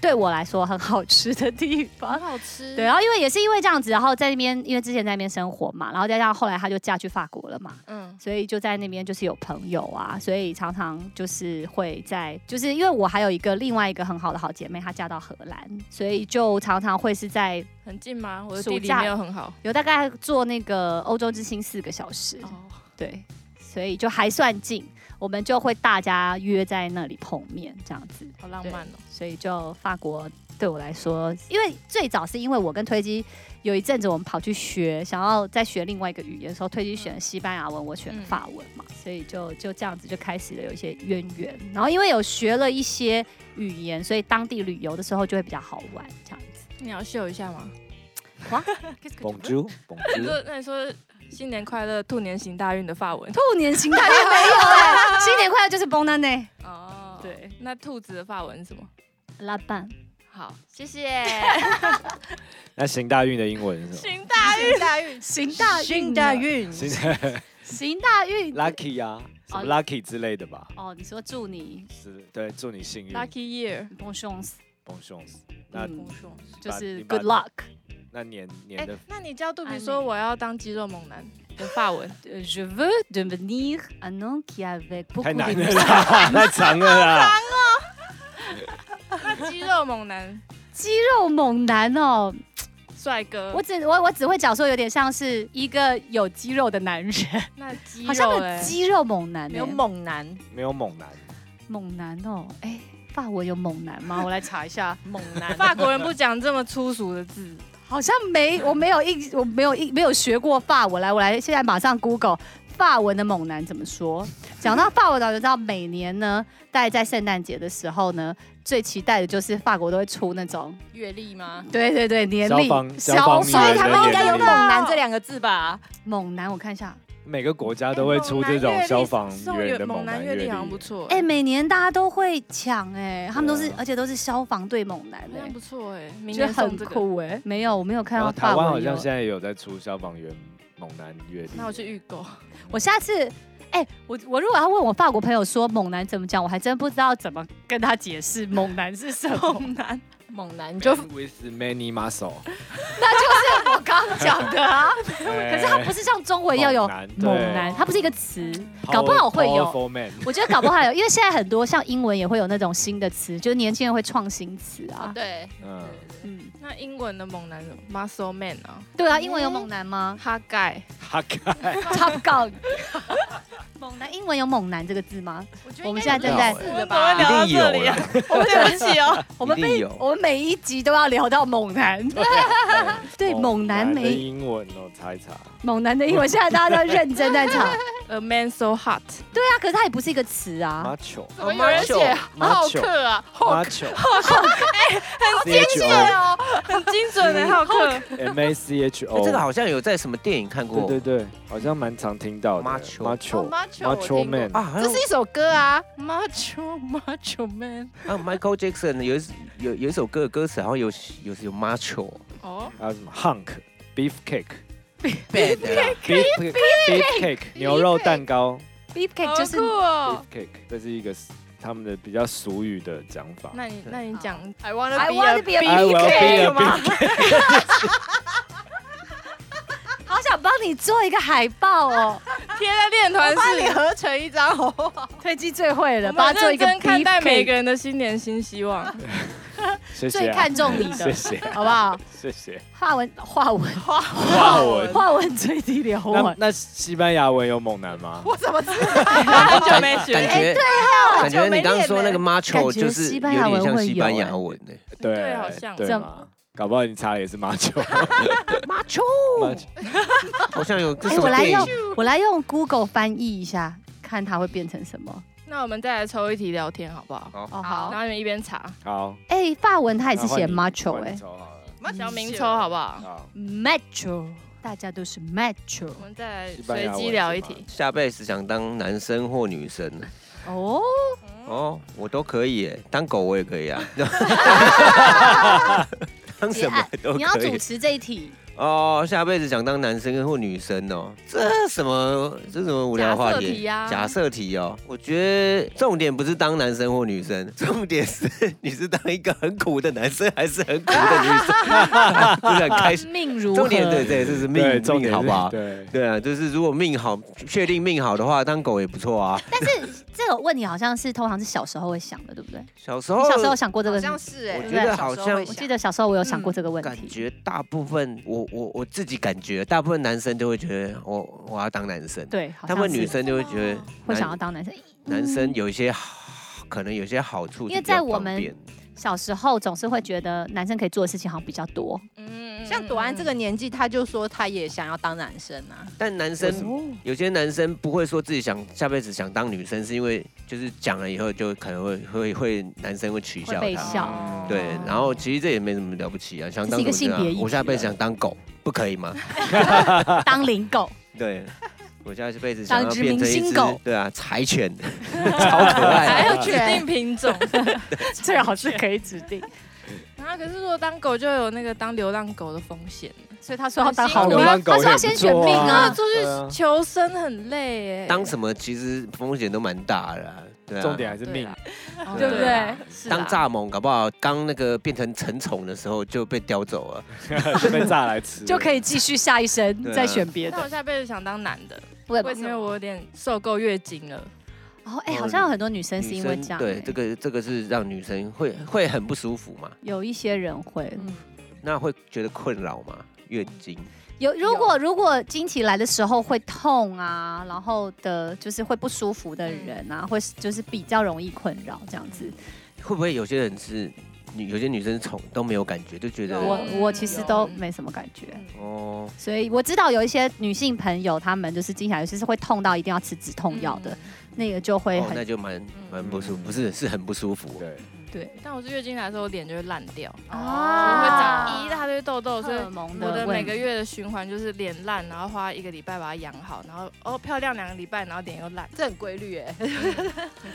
[SPEAKER 3] 对我来说很好吃的地方
[SPEAKER 4] 很。好 吃，
[SPEAKER 3] 对，然，啊后因为也是因为这样子，然后在那边，因为之前在那边生活嘛，然后再加上后来她就嫁去法国了嘛，
[SPEAKER 4] 嗯，
[SPEAKER 3] 所以就在那边就是有朋友啊，所以常常就是会在，就是因为我还有一个另外一个很好的好姐妹，她嫁到荷兰，所以就常常会是在
[SPEAKER 4] 很近吗？我的
[SPEAKER 3] 暑
[SPEAKER 4] 地理
[SPEAKER 3] 假
[SPEAKER 4] 没有很好。
[SPEAKER 3] 有大概坐那个欧洲之星四个小时，
[SPEAKER 4] 哦，
[SPEAKER 3] 对，所以就还算近，我们就会大家约在那里碰面这样子。
[SPEAKER 4] 好浪漫哦。
[SPEAKER 3] 所以就法国对我来说，因为最早是因为我跟推机有一阵子我们跑去学，想要再学另外一个语言的时候，推机选了西班牙文，我选了法文嘛，所以就就这样子就开始了有一些渊源。然后因为有学了一些语言，所以当地旅游的时候就会比较好玩，这样 子。
[SPEAKER 4] 你要秀一下吗？
[SPEAKER 6] 蹦猪蹦
[SPEAKER 4] 你
[SPEAKER 6] 猪，
[SPEAKER 4] 说，那你说新年快乐，兔年行大运的法文。
[SPEAKER 3] 兔年行大运没有哎、新年快乐就是 b o n a
[SPEAKER 4] 哦，
[SPEAKER 3] 对，
[SPEAKER 4] 那兔子的法文是什么？
[SPEAKER 3] 拉班。
[SPEAKER 4] 好，谢谢。
[SPEAKER 6] 那行大运的英文是什么？
[SPEAKER 4] 行大运，
[SPEAKER 2] 大运，
[SPEAKER 3] 行大运啊
[SPEAKER 2] 行大运，
[SPEAKER 6] 行大
[SPEAKER 3] 行大运
[SPEAKER 6] lucky 啊，什么 lucky 之类的吧？
[SPEAKER 3] 哦，你说祝你
[SPEAKER 6] 是，对，祝你幸运
[SPEAKER 4] Lucky
[SPEAKER 6] 嗯
[SPEAKER 4] Year，
[SPEAKER 3] b o n c h a n c e
[SPEAKER 6] 蹦熊。那
[SPEAKER 3] 嗯就
[SPEAKER 6] 把
[SPEAKER 3] 是
[SPEAKER 6] 你把
[SPEAKER 3] good luck，
[SPEAKER 6] 那年年
[SPEAKER 4] 哎
[SPEAKER 6] 的，
[SPEAKER 4] 那你教肚皮说我要当肌肉猛男的法 文，
[SPEAKER 3] 呃 Je veux devenir un homme qui avec beaucoup
[SPEAKER 6] 太
[SPEAKER 3] de
[SPEAKER 6] 难了
[SPEAKER 3] muscles
[SPEAKER 6] 啦， 太长了 啦。
[SPEAKER 4] 那肌肉猛男
[SPEAKER 3] 肌肉猛男哦，
[SPEAKER 4] 帅
[SPEAKER 2] 嗯
[SPEAKER 4] 哥，
[SPEAKER 3] 我只我我只会讲说有点像是一个有肌肉 的男人，
[SPEAKER 4] 那肌
[SPEAKER 3] 好像
[SPEAKER 4] 肉
[SPEAKER 3] 没
[SPEAKER 4] 嘞
[SPEAKER 3] 有，肌肉猛男、欸，
[SPEAKER 2] 哎没有猛男，
[SPEAKER 6] 没有猛男，
[SPEAKER 3] 猛男哦，哎、法文有猛男 吗？我来查一下，
[SPEAKER 2] 猛男，
[SPEAKER 4] 法国人不讲这么粗俗的字，
[SPEAKER 3] 好像没，我没有一我没有一没有学过法文，啊来我来现在马上 Google。法文的猛男怎么说？讲到法文，早就知道每年呢，大概在圣诞节的时候呢，最期待的就是法国都会出那种
[SPEAKER 4] 阅历吗？
[SPEAKER 3] 对对对，年
[SPEAKER 6] 消
[SPEAKER 3] 龄
[SPEAKER 6] 防消防
[SPEAKER 2] 所以
[SPEAKER 6] 员
[SPEAKER 2] 他
[SPEAKER 6] 的
[SPEAKER 2] 们应该有
[SPEAKER 6] 眼
[SPEAKER 2] 猛
[SPEAKER 6] 力
[SPEAKER 2] 男这两个字吧？
[SPEAKER 4] 哦
[SPEAKER 3] 猛男，我看一下，
[SPEAKER 6] 每个国
[SPEAKER 3] 哎
[SPEAKER 6] 家都会出这种消防员的
[SPEAKER 4] 哎猛
[SPEAKER 6] 猛
[SPEAKER 4] 男
[SPEAKER 6] 男
[SPEAKER 4] 阅
[SPEAKER 6] 阅
[SPEAKER 4] 历
[SPEAKER 6] 历，
[SPEAKER 4] 好像不错，
[SPEAKER 3] 哎、每年大家都会抢，哎，他们都是
[SPEAKER 6] 对啊，
[SPEAKER 3] 而且都是消防队猛男，
[SPEAKER 4] 好
[SPEAKER 3] 哎
[SPEAKER 4] 像，不错哎，明
[SPEAKER 3] 觉得
[SPEAKER 4] 年送
[SPEAKER 3] 很
[SPEAKER 4] 这个，
[SPEAKER 3] 酷，哎，没有，我没有看
[SPEAKER 6] 然
[SPEAKER 3] 到
[SPEAKER 6] 后哦台
[SPEAKER 3] 法文
[SPEAKER 6] 湾
[SPEAKER 3] 有。
[SPEAKER 6] 好像现在有在出消防员猛男阅历。
[SPEAKER 4] 那我去预购，
[SPEAKER 3] 我下次，哎、我我如果要问我法国朋友说猛男怎么讲，我还真不知道怎么跟他解释猛男是什 么，
[SPEAKER 4] 猛男，
[SPEAKER 2] 猛男你就
[SPEAKER 6] Man with many muscle，
[SPEAKER 3] 那就是我刚讲的 啊。
[SPEAKER 6] 可
[SPEAKER 3] 可是它不是像中文要有
[SPEAKER 6] 哎猛男对
[SPEAKER 3] 猛男，它不是一个词，
[SPEAKER 6] Power-
[SPEAKER 3] 搞不好会有。
[SPEAKER 6] powerful man
[SPEAKER 3] 我觉得搞不好有，因为现在很多像英文也会有那种新的词，就是年轻人会创新词啊。
[SPEAKER 4] 哦对，
[SPEAKER 6] 嗯，
[SPEAKER 3] 嗯，
[SPEAKER 4] 那英文的猛男是什么 muscle man 啊，
[SPEAKER 3] 对啊，英文有猛男吗
[SPEAKER 4] 哈盖，
[SPEAKER 6] 哈盖
[SPEAKER 3] ？Top Gun，猛男英文有猛男这个字吗？
[SPEAKER 2] 我觉
[SPEAKER 3] 我们现在正在
[SPEAKER 2] 是
[SPEAKER 1] 是
[SPEAKER 7] 怎么
[SPEAKER 2] 的
[SPEAKER 7] 会
[SPEAKER 2] 吧
[SPEAKER 7] 聊？到
[SPEAKER 1] 一定有
[SPEAKER 7] 这里啊？
[SPEAKER 3] 我们对不起哦，我们
[SPEAKER 1] 一定
[SPEAKER 3] 被
[SPEAKER 1] 有
[SPEAKER 3] 我们每一集都要聊到猛 男，对猛男
[SPEAKER 6] 哦的
[SPEAKER 3] 没
[SPEAKER 6] 英文哦，查一查。
[SPEAKER 3] 猛男的英文，现在大家都认真在查。
[SPEAKER 4] A man so hot，
[SPEAKER 3] 对啊，可是它也不是一个词啊，
[SPEAKER 6] macho
[SPEAKER 7] 怎么有人写浩克啊？浩克
[SPEAKER 6] macho
[SPEAKER 7] 很精确哦，很精准的浩克。
[SPEAKER 6] m a c h
[SPEAKER 1] 哎
[SPEAKER 6] o，
[SPEAKER 1] 这个好像有在什么电影看过。
[SPEAKER 6] 对对对，好像蛮常听到的
[SPEAKER 1] Macho
[SPEAKER 6] macho
[SPEAKER 4] 哦
[SPEAKER 7] ，macho，
[SPEAKER 6] macho man
[SPEAKER 1] 啊，好
[SPEAKER 7] 这
[SPEAKER 1] 像
[SPEAKER 7] 是一首歌啊。
[SPEAKER 4] macho macho man，
[SPEAKER 1] 啊，Michael Jackson 有一有有一首歌的歌词好像有有有 macho
[SPEAKER 4] 哦，
[SPEAKER 6] 还有什么 hunk beef cake
[SPEAKER 1] bad 啦
[SPEAKER 6] beef beef cake 牛肉蛋糕
[SPEAKER 3] beefcake 哎
[SPEAKER 4] 哦
[SPEAKER 3] 就是
[SPEAKER 6] beef cake，这是一个他们的比较俗语的讲法。
[SPEAKER 4] 那你那你讲
[SPEAKER 7] I wanna
[SPEAKER 3] I
[SPEAKER 7] be
[SPEAKER 3] want to
[SPEAKER 7] a
[SPEAKER 3] be a
[SPEAKER 6] I will be a
[SPEAKER 3] beefcake 吗？
[SPEAKER 6] beef
[SPEAKER 3] 好想帮你做一个海报哦，
[SPEAKER 4] 贴在练团
[SPEAKER 7] 帮你
[SPEAKER 4] 是。
[SPEAKER 7] 合成一张好不好？
[SPEAKER 3] 推机最会了，
[SPEAKER 4] 我
[SPEAKER 3] 帮
[SPEAKER 4] 们
[SPEAKER 3] 他做一
[SPEAKER 4] 认
[SPEAKER 3] 个
[SPEAKER 4] 真看待每
[SPEAKER 3] beefcake，
[SPEAKER 4] 个人的新年新希望。
[SPEAKER 6] 谢谢
[SPEAKER 3] 最
[SPEAKER 6] 啊，
[SPEAKER 3] 看重你
[SPEAKER 6] 谢
[SPEAKER 3] 的，
[SPEAKER 6] 谢啊
[SPEAKER 3] 好不好？
[SPEAKER 6] 谢谢。
[SPEAKER 3] 画文画文
[SPEAKER 6] 画文，
[SPEAKER 3] 画文最低流
[SPEAKER 6] 那
[SPEAKER 3] 文，
[SPEAKER 6] 那西班牙文有猛男吗？
[SPEAKER 7] 我怎么知道？很久没学
[SPEAKER 1] 感觉感觉你刚刚说那个
[SPEAKER 3] 感
[SPEAKER 1] macho
[SPEAKER 3] 觉
[SPEAKER 1] 就是
[SPEAKER 3] 西
[SPEAKER 1] 有
[SPEAKER 3] 班牙
[SPEAKER 1] 点
[SPEAKER 3] 文
[SPEAKER 1] 像
[SPEAKER 3] 会
[SPEAKER 1] 西
[SPEAKER 3] 有
[SPEAKER 1] 班
[SPEAKER 3] 哎
[SPEAKER 1] 牙文呢。
[SPEAKER 6] 对，
[SPEAKER 4] 对好像
[SPEAKER 6] 对
[SPEAKER 3] 这
[SPEAKER 6] 嘛？搞不好你查的也是马球。马球，
[SPEAKER 1] 好像有这
[SPEAKER 3] 哎
[SPEAKER 1] 什
[SPEAKER 3] 我
[SPEAKER 1] 么
[SPEAKER 3] 来
[SPEAKER 1] 电
[SPEAKER 3] 用
[SPEAKER 1] 影？
[SPEAKER 3] 我来用 Google 翻译一下，看它会变成什么。
[SPEAKER 4] 那我们再来抽一题聊天好不好？
[SPEAKER 3] 哦
[SPEAKER 4] 然
[SPEAKER 3] 好，
[SPEAKER 4] 后你们一边查，
[SPEAKER 6] 好，
[SPEAKER 3] 哎，法文它也是写
[SPEAKER 6] 那换你啊
[SPEAKER 3] macho
[SPEAKER 6] 换
[SPEAKER 3] 哎
[SPEAKER 6] 你抽好了
[SPEAKER 4] 小明抽好不好？
[SPEAKER 6] 好，
[SPEAKER 3] ，macho，大家都是 macho
[SPEAKER 4] 我们再来
[SPEAKER 6] 西班牙
[SPEAKER 4] 随
[SPEAKER 6] 文
[SPEAKER 4] 机聊一
[SPEAKER 6] 是吗
[SPEAKER 4] 题。
[SPEAKER 1] 下辈子想当男生或女生呢
[SPEAKER 3] 哦，
[SPEAKER 1] 哦，我都可以耶，当狗我也可以 啊，当什么都
[SPEAKER 3] 你要
[SPEAKER 1] 哦可
[SPEAKER 3] 主
[SPEAKER 1] 以。
[SPEAKER 3] 持这一题，
[SPEAKER 1] 哦，下辈子想当男生或女生哦，这什么这什么无聊的话
[SPEAKER 4] 假设题啊
[SPEAKER 1] 题？
[SPEAKER 3] 啊
[SPEAKER 4] 呀
[SPEAKER 1] 假设题哦，我觉得重点不是当男生或女生，重点是你是当一个很苦的男生还是很苦的女 生，不是很开心。
[SPEAKER 3] 命如
[SPEAKER 1] 重
[SPEAKER 3] 何？
[SPEAKER 1] 点对对，这是
[SPEAKER 6] 对
[SPEAKER 1] 命
[SPEAKER 6] 重
[SPEAKER 1] 命
[SPEAKER 6] 点
[SPEAKER 1] 好不好
[SPEAKER 6] 是？对，
[SPEAKER 1] 对啊，就是如果命好，确定命好的话，当狗也不错啊。
[SPEAKER 3] 但是这个问题好像是通常是小时候会想的，对不对？你
[SPEAKER 1] 小时候，
[SPEAKER 3] 小时候有想过这
[SPEAKER 7] 好
[SPEAKER 3] 个？
[SPEAKER 7] 像是哎，
[SPEAKER 1] 我
[SPEAKER 3] 觉得
[SPEAKER 1] 好像
[SPEAKER 3] 我记得小时候我有想过这个问
[SPEAKER 1] 嗯感
[SPEAKER 3] 题。
[SPEAKER 1] 觉大部分，我我我自己感觉，大部分男生就会觉得我我要当男生，
[SPEAKER 3] 对，好
[SPEAKER 1] 他
[SPEAKER 3] 像
[SPEAKER 1] 们女
[SPEAKER 3] 是
[SPEAKER 1] 生就会觉得男
[SPEAKER 3] 会想要当男生。
[SPEAKER 1] 男生有一些好可能有些好处，
[SPEAKER 3] 因为在我们小时候总是会觉得男生可以做的事情好像比较多，
[SPEAKER 4] 嗯，
[SPEAKER 2] 像朵安这
[SPEAKER 4] 个，
[SPEAKER 2] 个年纪，他就说他也想要当男生啊。
[SPEAKER 1] 但男生有些男生不会说自己想下辈子想当女生，是因为就是讲了以后就可能会会会男生会取
[SPEAKER 3] 会
[SPEAKER 1] 笑
[SPEAKER 3] 被
[SPEAKER 1] 他。
[SPEAKER 3] 笑。
[SPEAKER 6] 啊
[SPEAKER 3] 哦
[SPEAKER 1] 对，然后其实这也没什么了不起啊，想当
[SPEAKER 3] 这是一个
[SPEAKER 1] 什么
[SPEAKER 3] 性别
[SPEAKER 1] 啊
[SPEAKER 3] 议题
[SPEAKER 1] 我下辈子想当狗，不可以吗？
[SPEAKER 3] 当领狗，
[SPEAKER 1] 对，我下辈子想要
[SPEAKER 3] 当只
[SPEAKER 1] 变成
[SPEAKER 3] 明
[SPEAKER 1] 一
[SPEAKER 3] 星
[SPEAKER 1] 只
[SPEAKER 3] 狗
[SPEAKER 1] 对啊，柴犬， 超可爱
[SPEAKER 4] 还
[SPEAKER 1] 的。
[SPEAKER 4] 有指定 品种。
[SPEAKER 3] 最好是可以指定。
[SPEAKER 4] 然后啊可是如果当狗就有那个当流浪狗的风险，
[SPEAKER 3] 所以他说要当好
[SPEAKER 4] 好
[SPEAKER 3] 人
[SPEAKER 4] 流，
[SPEAKER 6] 浪狗
[SPEAKER 3] 他说要
[SPEAKER 6] 也
[SPEAKER 3] 先
[SPEAKER 6] 不
[SPEAKER 3] 选
[SPEAKER 6] 错
[SPEAKER 3] 命
[SPEAKER 6] 啊
[SPEAKER 3] 啊
[SPEAKER 4] 那。出
[SPEAKER 6] 对啊
[SPEAKER 4] 去求生很累耶。
[SPEAKER 1] 当什么其实风险都蛮大的啊、对啊。
[SPEAKER 6] 重点还是命
[SPEAKER 4] 对，啊
[SPEAKER 1] 啊
[SPEAKER 4] 对不对？
[SPEAKER 3] 是
[SPEAKER 1] 当
[SPEAKER 3] 啊，
[SPEAKER 1] 蚱蜢搞不好刚那个变成成虫的时候就被叼走了。
[SPEAKER 6] 被炸来吃
[SPEAKER 3] 就可以继续下一生
[SPEAKER 1] 对啊
[SPEAKER 3] 再选别
[SPEAKER 4] 那
[SPEAKER 3] 的。
[SPEAKER 4] 我下辈子想当男的，
[SPEAKER 3] 为
[SPEAKER 4] 因为我有点受够月经了。
[SPEAKER 3] 哦，哎，好像有很多女生是
[SPEAKER 1] 女
[SPEAKER 3] 因为
[SPEAKER 1] 生
[SPEAKER 3] 这样，
[SPEAKER 1] 对
[SPEAKER 3] 哎
[SPEAKER 1] 这个这个是让女生会会很不舒服嘛？
[SPEAKER 3] 有一些人会
[SPEAKER 1] 那会觉得困扰吗？月经
[SPEAKER 3] 有，如果如果经期来的时候会痛啊，然后的就是会不舒服的人啊，会就是比较容易困扰这样子。
[SPEAKER 1] 会不会有些人是女有些女生宠都没有感觉，就觉得
[SPEAKER 3] 我我其实
[SPEAKER 4] 有
[SPEAKER 3] 都没什么感觉。
[SPEAKER 1] 哦
[SPEAKER 3] 所以我知道有一些女性朋友，她们就是经常有些是会痛到一定要吃止痛药的，
[SPEAKER 4] 嗯
[SPEAKER 3] 那个就会
[SPEAKER 1] 哦，
[SPEAKER 3] 很、嗯
[SPEAKER 1] 那就蛮蛮不舒服，不是是很不舒服。
[SPEAKER 6] 对，
[SPEAKER 3] 对
[SPEAKER 4] 但我是月经来的时候，我脸就会烂掉，所以
[SPEAKER 3] 啊
[SPEAKER 4] 会长一大堆痘痘，所以
[SPEAKER 3] 荷尔蒙
[SPEAKER 4] 我
[SPEAKER 3] 的
[SPEAKER 4] 的
[SPEAKER 3] 问
[SPEAKER 4] 每个
[SPEAKER 3] 题
[SPEAKER 4] 月的循环就是脸烂，然后花一个礼拜把它养好，然后哦漂亮两个礼拜，然后脸又烂，
[SPEAKER 2] 这很规律哎，
[SPEAKER 4] 很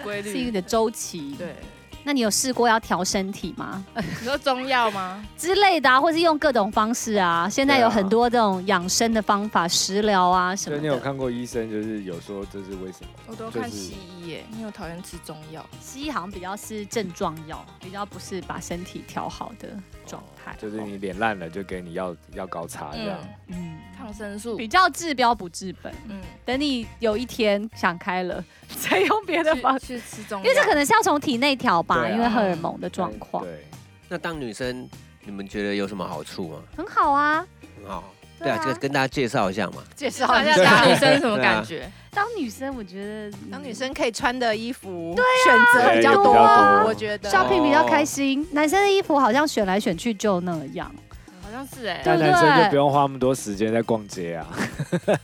[SPEAKER 4] 规
[SPEAKER 3] 是一
[SPEAKER 4] 律。
[SPEAKER 3] 个周期。，
[SPEAKER 4] 对，
[SPEAKER 3] 那你有试过要调身体吗？
[SPEAKER 4] 你说中药吗？
[SPEAKER 3] 之类的啊，或是用各种方式啊？现在
[SPEAKER 6] 对啊
[SPEAKER 3] 有很多这种养生的方法，食疗啊什
[SPEAKER 6] 所
[SPEAKER 3] 么
[SPEAKER 6] 以你有
[SPEAKER 3] 的。
[SPEAKER 6] 看过医生，就是有说这是为什么？
[SPEAKER 4] 我都看西医耶，因为我讨厌吃中药。
[SPEAKER 3] 西医好像比较是症状药，比较不是把身体调好的状态。
[SPEAKER 6] 就是你脸烂了，就给你药药膏擦这样。
[SPEAKER 4] 嗯，
[SPEAKER 3] 嗯，
[SPEAKER 4] 抗生素。
[SPEAKER 3] 比较治标不治本。
[SPEAKER 4] 嗯，
[SPEAKER 3] 等你有一天想开了，再用别的 方式。
[SPEAKER 4] 去去吃中药，
[SPEAKER 3] 因为这可能是要从体内调吧，
[SPEAKER 6] 对啊
[SPEAKER 3] 因为荷尔蒙的状况
[SPEAKER 6] 对，
[SPEAKER 1] 那当女生你们觉得有什么好处吗？
[SPEAKER 3] 很好啊。
[SPEAKER 1] 很好，对啊，这个跟大家介绍一下嘛。
[SPEAKER 2] 介
[SPEAKER 4] 介
[SPEAKER 2] 绍
[SPEAKER 4] 绍一
[SPEAKER 2] 一下
[SPEAKER 4] 下
[SPEAKER 1] 啊
[SPEAKER 4] 当女生是什么感觉？
[SPEAKER 3] 当女生，我觉得嗯
[SPEAKER 2] 当女生可以穿的衣服选择比较
[SPEAKER 6] 对
[SPEAKER 2] 多
[SPEAKER 6] 比较多，
[SPEAKER 2] 我觉得。
[SPEAKER 3] shopping 比较开心，男生的衣服好像选来选去就那样。
[SPEAKER 1] 啊
[SPEAKER 4] 好像是哎、
[SPEAKER 3] 对
[SPEAKER 6] 但
[SPEAKER 3] 不对
[SPEAKER 6] 男生就不用花那么多时间在逛 街啊。